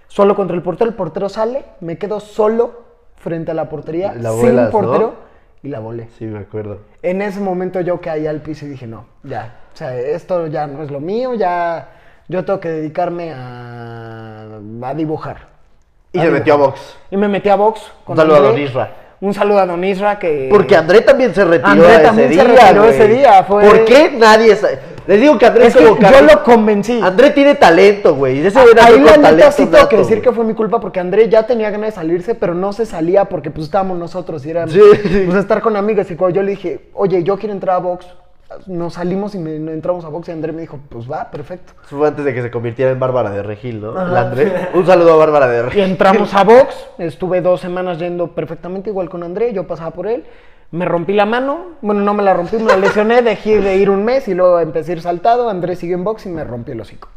Speaker 4: Solo contra el portero, el portero sale, me quedo solo frente a la portería,
Speaker 2: La
Speaker 4: sin
Speaker 2: vuelas, ¿no?
Speaker 4: portero, y la volé.
Speaker 2: Sí, me acuerdo.
Speaker 4: En ese momento yo caí al piso y dije, no, ya, o sea, esto ya no es lo mío, ya yo tengo que dedicarme a, a dibujar.
Speaker 2: Y
Speaker 4: A
Speaker 2: se
Speaker 4: dibujar.
Speaker 2: metió a box.
Speaker 4: Y me metí a box.
Speaker 2: Un saludo a Don Isra.
Speaker 4: Un saludo a Don Isra que...
Speaker 2: Porque André también se retiró
Speaker 4: André
Speaker 2: ese
Speaker 4: también se
Speaker 2: día.
Speaker 4: retiró
Speaker 2: güey.
Speaker 4: ese día, fue-
Speaker 2: ¿Por qué nadie sabe? Les digo que André
Speaker 4: Es
Speaker 2: es
Speaker 4: que
Speaker 2: como
Speaker 4: yo
Speaker 2: Carlos-
Speaker 4: lo convencí.
Speaker 2: André tiene talento, güey. y Ese era
Speaker 4: Ahí
Speaker 2: yo
Speaker 4: la
Speaker 2: con
Speaker 4: neta
Speaker 2: talento
Speaker 4: sí tengo que
Speaker 2: nato,
Speaker 4: decir que
Speaker 2: güey.
Speaker 4: fue mi culpa porque André ya tenía ganas de salirse, pero no se salía porque pues estábamos nosotros y era
Speaker 2: Sí, sí.
Speaker 4: pues, estar con amigos y cuando yo le dije, oye, yo quiero entrar a box, nos salimos y me- entramos a box y André me dijo, pues va, perfecto.
Speaker 2: Fue antes de que se convirtiera en Bárbara de Regil, ¿no?
Speaker 4: Ajá.
Speaker 2: El André. Un saludo a Bárbara de
Speaker 4: Y
Speaker 2: Regil.
Speaker 4: entramos a box, estuve dos semanas yendo perfectamente igual con André, yo pasaba por él, me rompí la mano, bueno, no me la rompí, me la lesioné, dejé de ir un mes y luego empecé a ir saltado, André siguió en box y me rompió el hocico.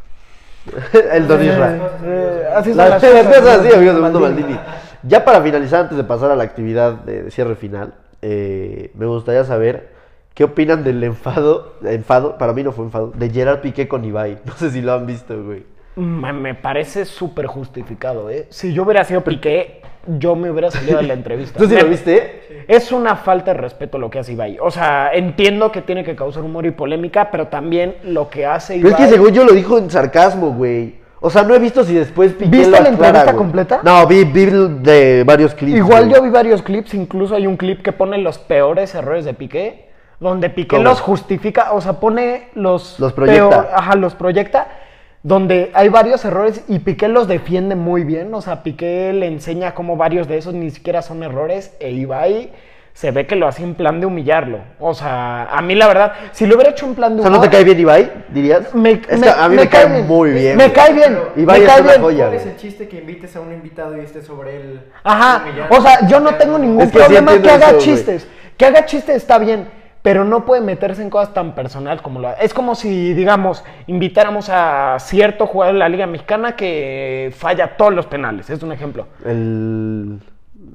Speaker 2: El Don Isra.
Speaker 4: Eh, así son
Speaker 2: Las
Speaker 4: las cosas,
Speaker 2: cosas así,
Speaker 4: ¿no?
Speaker 2: amigos de Mundo
Speaker 4: Maldini.
Speaker 2: Maldini. Ya para finalizar, antes de pasar a la actividad de, de cierre final, eh, me gustaría saber qué opinan del enfado, enfado, para mí no fue enfado, de Gerard Piqué con Ibai. No sé si lo han visto, güey.
Speaker 5: Me Mm, me parece súper justificado, ¿eh? Si yo hubiera sido Piqué, yo me hubiera salido de la entrevista.
Speaker 2: ¿Tú sí lo
Speaker 5: Me-
Speaker 2: viste?
Speaker 5: Es una falta de respeto lo que hace Ibai. O sea, entiendo que tiene que causar humor y polémica, pero también lo que hace Ibai.
Speaker 2: Pero es que según yo lo dijo en sarcasmo, güey. O sea, no he visto si después Piqué
Speaker 4: ¿Viste
Speaker 2: lo
Speaker 4: la
Speaker 2: aclara,
Speaker 4: entrevista
Speaker 2: güey.
Speaker 4: completa?
Speaker 2: No, vi, vi de varios clips.
Speaker 4: Igual
Speaker 2: güey.
Speaker 4: yo vi varios clips, incluso hay un clip que pone los peores errores de Piqué, donde Piqué
Speaker 2: ¿Cómo?
Speaker 4: los justifica, o sea, pone los...
Speaker 2: Los proyecta.
Speaker 4: peor- ajá, los proyecta, donde hay varios errores y Piqué los defiende muy bien, o sea, Piqué le enseña cómo varios de esos ni siquiera son errores, e Ibai se ve que lo hace en plan de humillarlo. O sea, a mí la verdad, si lo hubiera hecho en plan de
Speaker 2: O sea, ¿no te
Speaker 4: humor,
Speaker 2: cae bien Ibai, dirías?
Speaker 4: Me,
Speaker 2: Es que
Speaker 4: me-
Speaker 2: a mí me,
Speaker 4: me
Speaker 2: cae, muy bien.
Speaker 4: Me
Speaker 2: güey.
Speaker 4: cae bien.
Speaker 2: Ibai
Speaker 4: me
Speaker 2: es
Speaker 4: cae
Speaker 2: una
Speaker 4: bien.
Speaker 2: joya,
Speaker 6: ¿Cuál es
Speaker 2: güey.
Speaker 6: el chiste que invites a un invitado y esté sobre él?
Speaker 4: Ajá,
Speaker 6: humillando?
Speaker 4: o sea, yo no tengo ningún
Speaker 2: Es que sí
Speaker 4: problema que
Speaker 2: entiendo eso,
Speaker 4: haga
Speaker 2: güey.
Speaker 4: chistes. Que haga chistes está bien, pero no puede meterse en cosas tan personal como la... Es como si, digamos, invitáramos a cierto jugador de la Liga Mexicana que falla todos los penales. Es un ejemplo.
Speaker 2: El...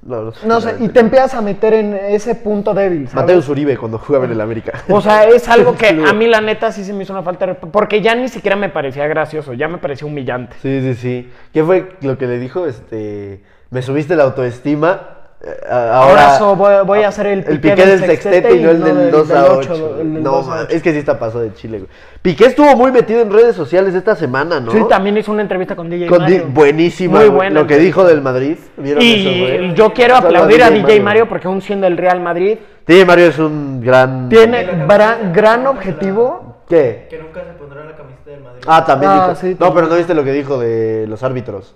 Speaker 2: No, no sé.
Speaker 4: No sé, y te empiezas a meter en ese punto débil, ¿sabes?
Speaker 2: Mateus Uribe cuando jugaba en el América.
Speaker 5: O sea, es algo que a mí la neta sí se me hizo una falta de respeto. Porque ya ni siquiera me parecía gracioso, ya me parecía humillante.
Speaker 2: Sí, sí, sí. ¿Qué fue lo que le dijo? Este, me subiste la autoestima. eh, a- Ahora,
Speaker 4: Ahora so- voy- voy a hacer el
Speaker 2: el
Speaker 4: piqué
Speaker 2: piqué del
Speaker 4: del
Speaker 2: sextete
Speaker 4: sextete
Speaker 2: y no el del 2 a
Speaker 4: del
Speaker 2: 8.
Speaker 4: ocho,
Speaker 2: güey.
Speaker 4: el del
Speaker 2: no,
Speaker 4: dos a
Speaker 2: ma-
Speaker 4: ocho.
Speaker 2: es que sí está pasado de Chile, güey. Piqué estuvo muy metido en redes sociales esta semana, ¿no?
Speaker 5: Sí, también hizo una entrevista con DJ
Speaker 2: Con Di-
Speaker 5: Mario.
Speaker 2: buenísima,
Speaker 5: Muy
Speaker 2: güey,
Speaker 5: buena
Speaker 2: lo que dijo del Madrid. ¿Vieron eso,
Speaker 5: Y
Speaker 2: güey?
Speaker 5: yo quiero
Speaker 2: Solo
Speaker 5: aplaudir a DJ Mario porque aún siendo el Real Madrid,
Speaker 2: DJ Mario es un gran...
Speaker 4: Tiene gran, gran objetivo.
Speaker 2: ¿Qué?
Speaker 6: Que nunca se pondrá la camiseta del Madrid.
Speaker 2: Ah, también
Speaker 4: Ah,
Speaker 2: dijo.
Speaker 4: sí,
Speaker 2: No,
Speaker 4: también.
Speaker 2: pero no viste lo que dijo de los árbitros.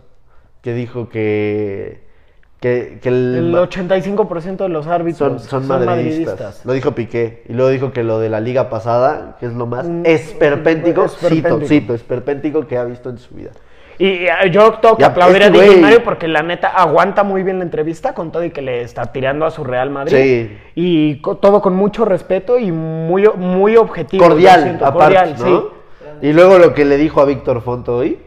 Speaker 2: Que dijo que. que, que el-
Speaker 4: El 85% de los
Speaker 2: son,
Speaker 4: árbitros
Speaker 2: son madridistas. Lo dijo Piqué. Y luego dijo que lo de la liga pasada, que es lo más
Speaker 4: Mm,
Speaker 2: esperpéntico,
Speaker 4: esperpéntico.
Speaker 2: cito, cito, esperpéntico que ha visto en su vida.
Speaker 5: Y eh, yo tengo que
Speaker 2: Ya,
Speaker 5: aplaudir
Speaker 2: este
Speaker 5: a DJ
Speaker 2: güey.
Speaker 5: Mario porque la neta aguanta muy bien la entrevista con todo y que le está tirando a su Real Madrid.
Speaker 2: Sí.
Speaker 5: Y co- todo con mucho respeto y muy, muy objetivo. yo
Speaker 2: cordial,
Speaker 5: siento,
Speaker 2: aparte.
Speaker 5: cordial,
Speaker 2: ¿no? Y luego lo que le dijo a Víctor Font hoy,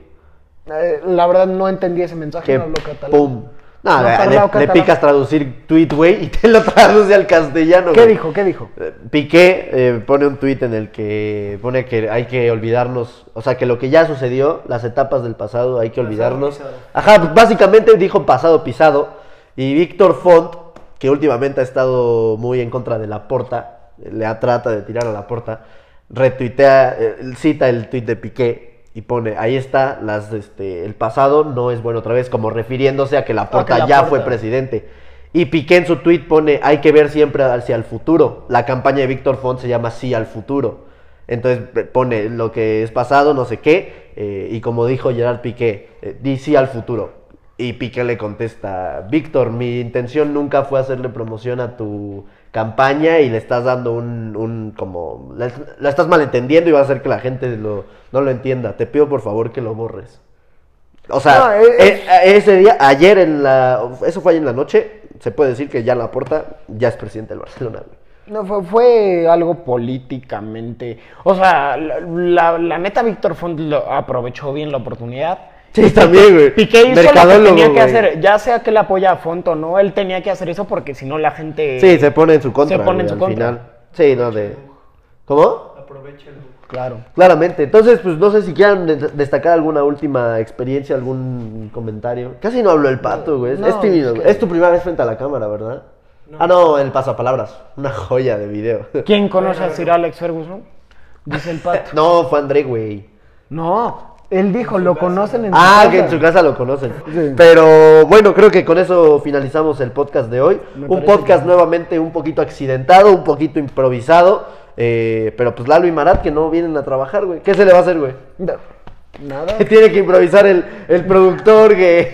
Speaker 4: Eh, la verdad no entendí ese mensaje,
Speaker 2: que
Speaker 4: no hablo catalán.
Speaker 2: pum. No,
Speaker 4: No
Speaker 2: le-
Speaker 4: hablaba
Speaker 2: le- le,
Speaker 4: catalán.
Speaker 2: picas traducir tweet, güey, y te lo traduce al castellano.
Speaker 4: ¿Qué
Speaker 2: güey.
Speaker 4: dijo? ¿Qué dijo?
Speaker 2: Eh, Piqué eh, pone un tuit en el que pone que hay que olvidarnos, o sea, que lo que ya sucedió, las etapas del pasado, hay que olvidarnos.
Speaker 6: pisado.
Speaker 2: Ajá, pues, básicamente dijo pasado pisado. Y Víctor Font, que últimamente ha estado muy en contra de la porta, le ha- trata de tirar a la porta, retuitea, eh, cita el tuit de Piqué. Y pone, ahí está, las, este, el pasado no es bueno otra vez, como refiriéndose a que la Porta
Speaker 4: que la
Speaker 2: ya
Speaker 4: Porta.
Speaker 2: fue presidente. Y Piqué en su tweet pone, hay que ver siempre hacia el futuro. La campaña de Víctor Font se llama Sí al futuro. Entonces p- pone lo que es pasado, no sé qué, eh, y como dijo Gerard Piqué, eh, di sí eh, al futuro. Y Piqué le contesta, Víctor, mi intención nunca fue hacerle promoción a tu campaña y le estás dando un, un como, la, la estás malentendiendo y va a hacer que la gente lo- no lo entienda. Te pido por favor que lo borres. O sea,
Speaker 4: No, es-
Speaker 2: eh, eh, ese día, ayer en la, eso fue ayer en la noche, se puede decir que ya la porta ya es presidente del Barcelona. güey.
Speaker 5: No, fue, fue algo políticamente. O sea, la, la- la neta, Víctor Font lo- aprovechó bien la oportunidad.
Speaker 2: Sí, también, güey.
Speaker 5: Piqué hizo lo que
Speaker 2: Mercadólogo,
Speaker 5: tenía que
Speaker 2: güey.
Speaker 5: hacer, ya sea que le apoya a Font o no, él tenía que hacer eso porque si no la gente...
Speaker 2: Sí, se pone en su contra.
Speaker 5: Se pone en
Speaker 2: güey,
Speaker 5: su
Speaker 2: al
Speaker 5: contra.
Speaker 2: final. Sí, no, de... ¿Cómo?
Speaker 6: Aprovecha el book.
Speaker 5: Claro.
Speaker 2: Claramente. Entonces, pues no sé si quieran de- destacar alguna última experiencia, algún comentario. Casi no habló el pato, güey. Es-
Speaker 4: No,
Speaker 2: es tímido,
Speaker 4: es
Speaker 2: güey.
Speaker 4: que-
Speaker 2: Es tu primera vez frente a la cámara, ¿verdad? Ah, no, el pasapalabras. Una joya de video.
Speaker 5: ¿Quién conoce a Sir Alex Ferguson? Dice el pato.
Speaker 2: no, fue André, güey.
Speaker 4: No, él dijo, lo conocen en
Speaker 2: Ah,
Speaker 4: su
Speaker 2: que en
Speaker 4: casa.
Speaker 2: su casa lo conocen.
Speaker 4: Sí.
Speaker 2: Pero bueno, creo que con eso finalizamos el podcast de hoy.
Speaker 4: Me
Speaker 2: un
Speaker 4: parece
Speaker 2: podcast nuevamente un poquito accidentado, un poquito improvisado. eh, pero pues Lalo y Marat que no vienen a trabajar, güey. ¿Qué se le va a hacer, güey?
Speaker 4: Nada.
Speaker 2: Tiene que improvisar el, el productor que,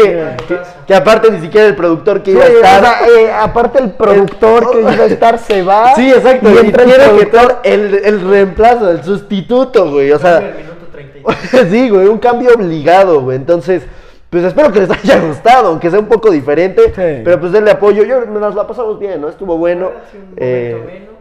Speaker 2: que, que aparte ni siquiera el productor que
Speaker 4: Sí,
Speaker 2: iba a
Speaker 4: o
Speaker 2: estar.
Speaker 4: sea, eh, aparte el productor que iba a estar se va.
Speaker 2: Sí, exacto.
Speaker 4: Y
Speaker 2: Y
Speaker 4: entra el
Speaker 2: tiene que
Speaker 4: productor.
Speaker 2: estar el, el reemplazo, el sustituto, güey. O sea,
Speaker 6: El minuto 30.
Speaker 2: sí, güey, un cambio obligado, güey. Entonces, pues espero que les haya gustado, aunque sea un poco diferente.
Speaker 4: Sí.
Speaker 2: Pero pues denle apoyo. Yo nos la pasamos bien, ¿no? Estuvo bueno.
Speaker 6: Hace un
Speaker 2: Eh,
Speaker 6: momento menos.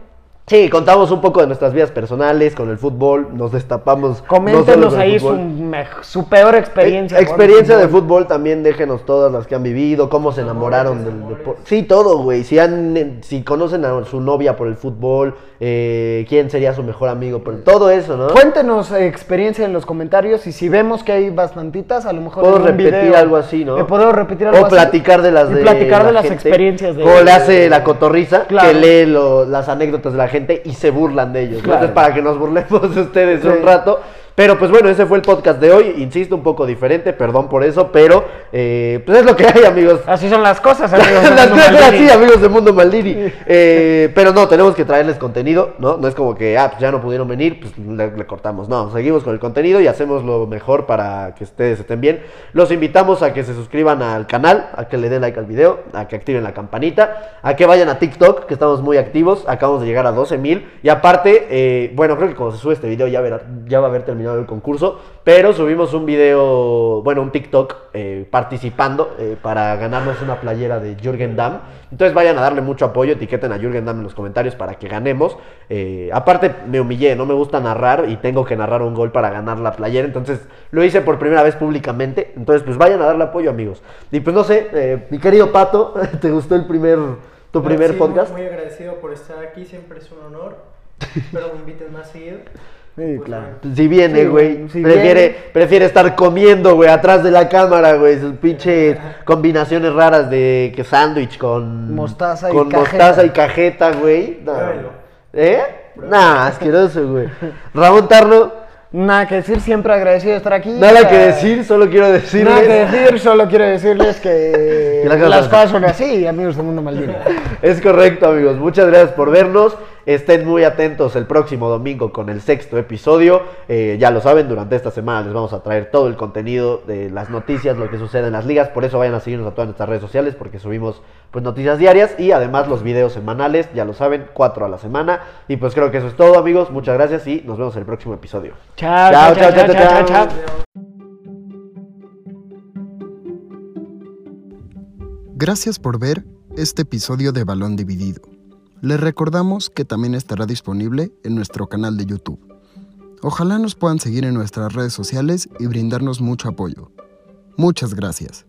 Speaker 2: sí, contamos un poco de nuestras vidas personales con el fútbol. Nos destapamos. no solo
Speaker 5: Coméntenos
Speaker 2: con el
Speaker 5: ahí su,
Speaker 2: fútbol.
Speaker 5: mej- su peor experiencia.
Speaker 2: Eh, experiencia de fútbol también, déjenos todas las que han vivido, cómo se enamoraron del deporte. Sí, todo, güey. Si, han, eh, si conocen a su novia por el fútbol, eh, quién sería su mejor amigo, por todo eso, ¿no?
Speaker 4: Cuéntenos eh, experiencia en los comentarios y si vemos que hay bastantitas, a lo mejor.
Speaker 2: Puedo
Speaker 4: en un
Speaker 2: repetir
Speaker 4: video-
Speaker 2: algo así, ¿no?
Speaker 4: Eh, puedo repetir algo
Speaker 2: O
Speaker 4: así.
Speaker 2: platicar de las
Speaker 5: Y
Speaker 2: de
Speaker 5: platicar
Speaker 2: la
Speaker 5: de las
Speaker 2: gente.
Speaker 5: experiencias de-
Speaker 2: Como le hace la cotorriza,
Speaker 5: Claro.
Speaker 2: que lee lo- las anécdotas de la gente y se burlan de ellos. ¿no?
Speaker 5: Claro.
Speaker 2: Entonces, para que nos burlemos de ustedes
Speaker 4: Sí.
Speaker 2: un rato. Pero pues bueno, ese fue el podcast de hoy. Insisto, un poco diferente, perdón por eso, pero eh, pues es lo que hay, amigos.
Speaker 5: Así son las cosas, amigos.
Speaker 2: Las
Speaker 5: Fernando
Speaker 2: cosas
Speaker 5: Maldini.
Speaker 2: así, amigos de Mundo Maldini. Eh, pero no, tenemos que traerles contenido, ¿no? No es como que, ah, pues ya no pudieron venir, pues le, le cortamos. No, seguimos con el contenido y hacemos lo mejor para que ustedes estén bien. Los invitamos a que se suscriban al canal, a que le den like al video, a que activen la campanita, a que vayan a TikTok, que estamos muy activos. Acabamos de llegar a 12 mil. Y aparte, eh, bueno, creo que cuando se sube este video ya, verá, ya va a haber terminado el concurso, pero subimos un video, bueno, un TikTok eh, participando eh, para ganarnos una playera de Jürgen Damm. Entonces vayan a darle mucho apoyo, etiqueten a Jürgen Damm en los comentarios para que ganemos. Eh, aparte, me humillé, no me gusta narrar y tengo que narrar un gol para ganar la playera. Entonces lo hice por primera vez públicamente. Entonces, pues vayan a darle apoyo, amigos. Y pues no sé, eh, mi querido Pato, ¿te gustó el primer, tu
Speaker 6: Bueno,
Speaker 2: primer
Speaker 6: sí, muy-
Speaker 2: podcast?
Speaker 6: Muy, agradecido por estar aquí, siempre es un honor. Espero me inviten más seguido.
Speaker 4: Sí,
Speaker 6: Pues,
Speaker 4: claro.
Speaker 2: Si viene,
Speaker 4: Sí,
Speaker 2: güey.
Speaker 4: si
Speaker 2: prefiere,
Speaker 4: viene.
Speaker 2: prefiere estar comiendo, güey, atrás de la cámara, güey. Sus pinches combinaciones raras de que sándwich con.
Speaker 4: Mostaza y
Speaker 2: con
Speaker 4: cajeta.
Speaker 2: mostaza y cajeta, güey. No.
Speaker 6: Pruébelo.
Speaker 2: ¿Eh? Nah, asqueroso, güey. Ramón Tarno,
Speaker 4: Nada que decir, siempre agradecido de estar aquí.
Speaker 2: nada
Speaker 4: Eh,
Speaker 2: que decir, solo quiero
Speaker 4: Nada que
Speaker 2: decirles.
Speaker 4: decir, solo quiero decirles que
Speaker 2: Que las cosas
Speaker 4: las
Speaker 2: son
Speaker 4: cosas son así, amigos de Mundo Maldini.
Speaker 2: Es correcto, amigos. Muchas gracias por vernos. Estén muy atentos el próximo domingo con el sexto episodio. Eh, ya lo saben, durante esta semana les vamos a traer todo el contenido de las noticias, lo que sucede en las ligas. Por eso vayan a seguirnos a todas nuestras redes sociales porque subimos pues noticias diarias y además los videos semanales. Ya lo saben, cuatro a la semana. Y pues creo que eso es todo, amigos. Muchas gracias y nos vemos en el próximo episodio.
Speaker 5: Chao, chao, chao, chao, chao, chao, chao.
Speaker 1: Gracias por ver este episodio de Balón Dividido. Les recordamos que también estará disponible en nuestro canal de YouTube. Ojalá nos puedan seguir en nuestras redes sociales y brindarnos mucho apoyo. Muchas gracias.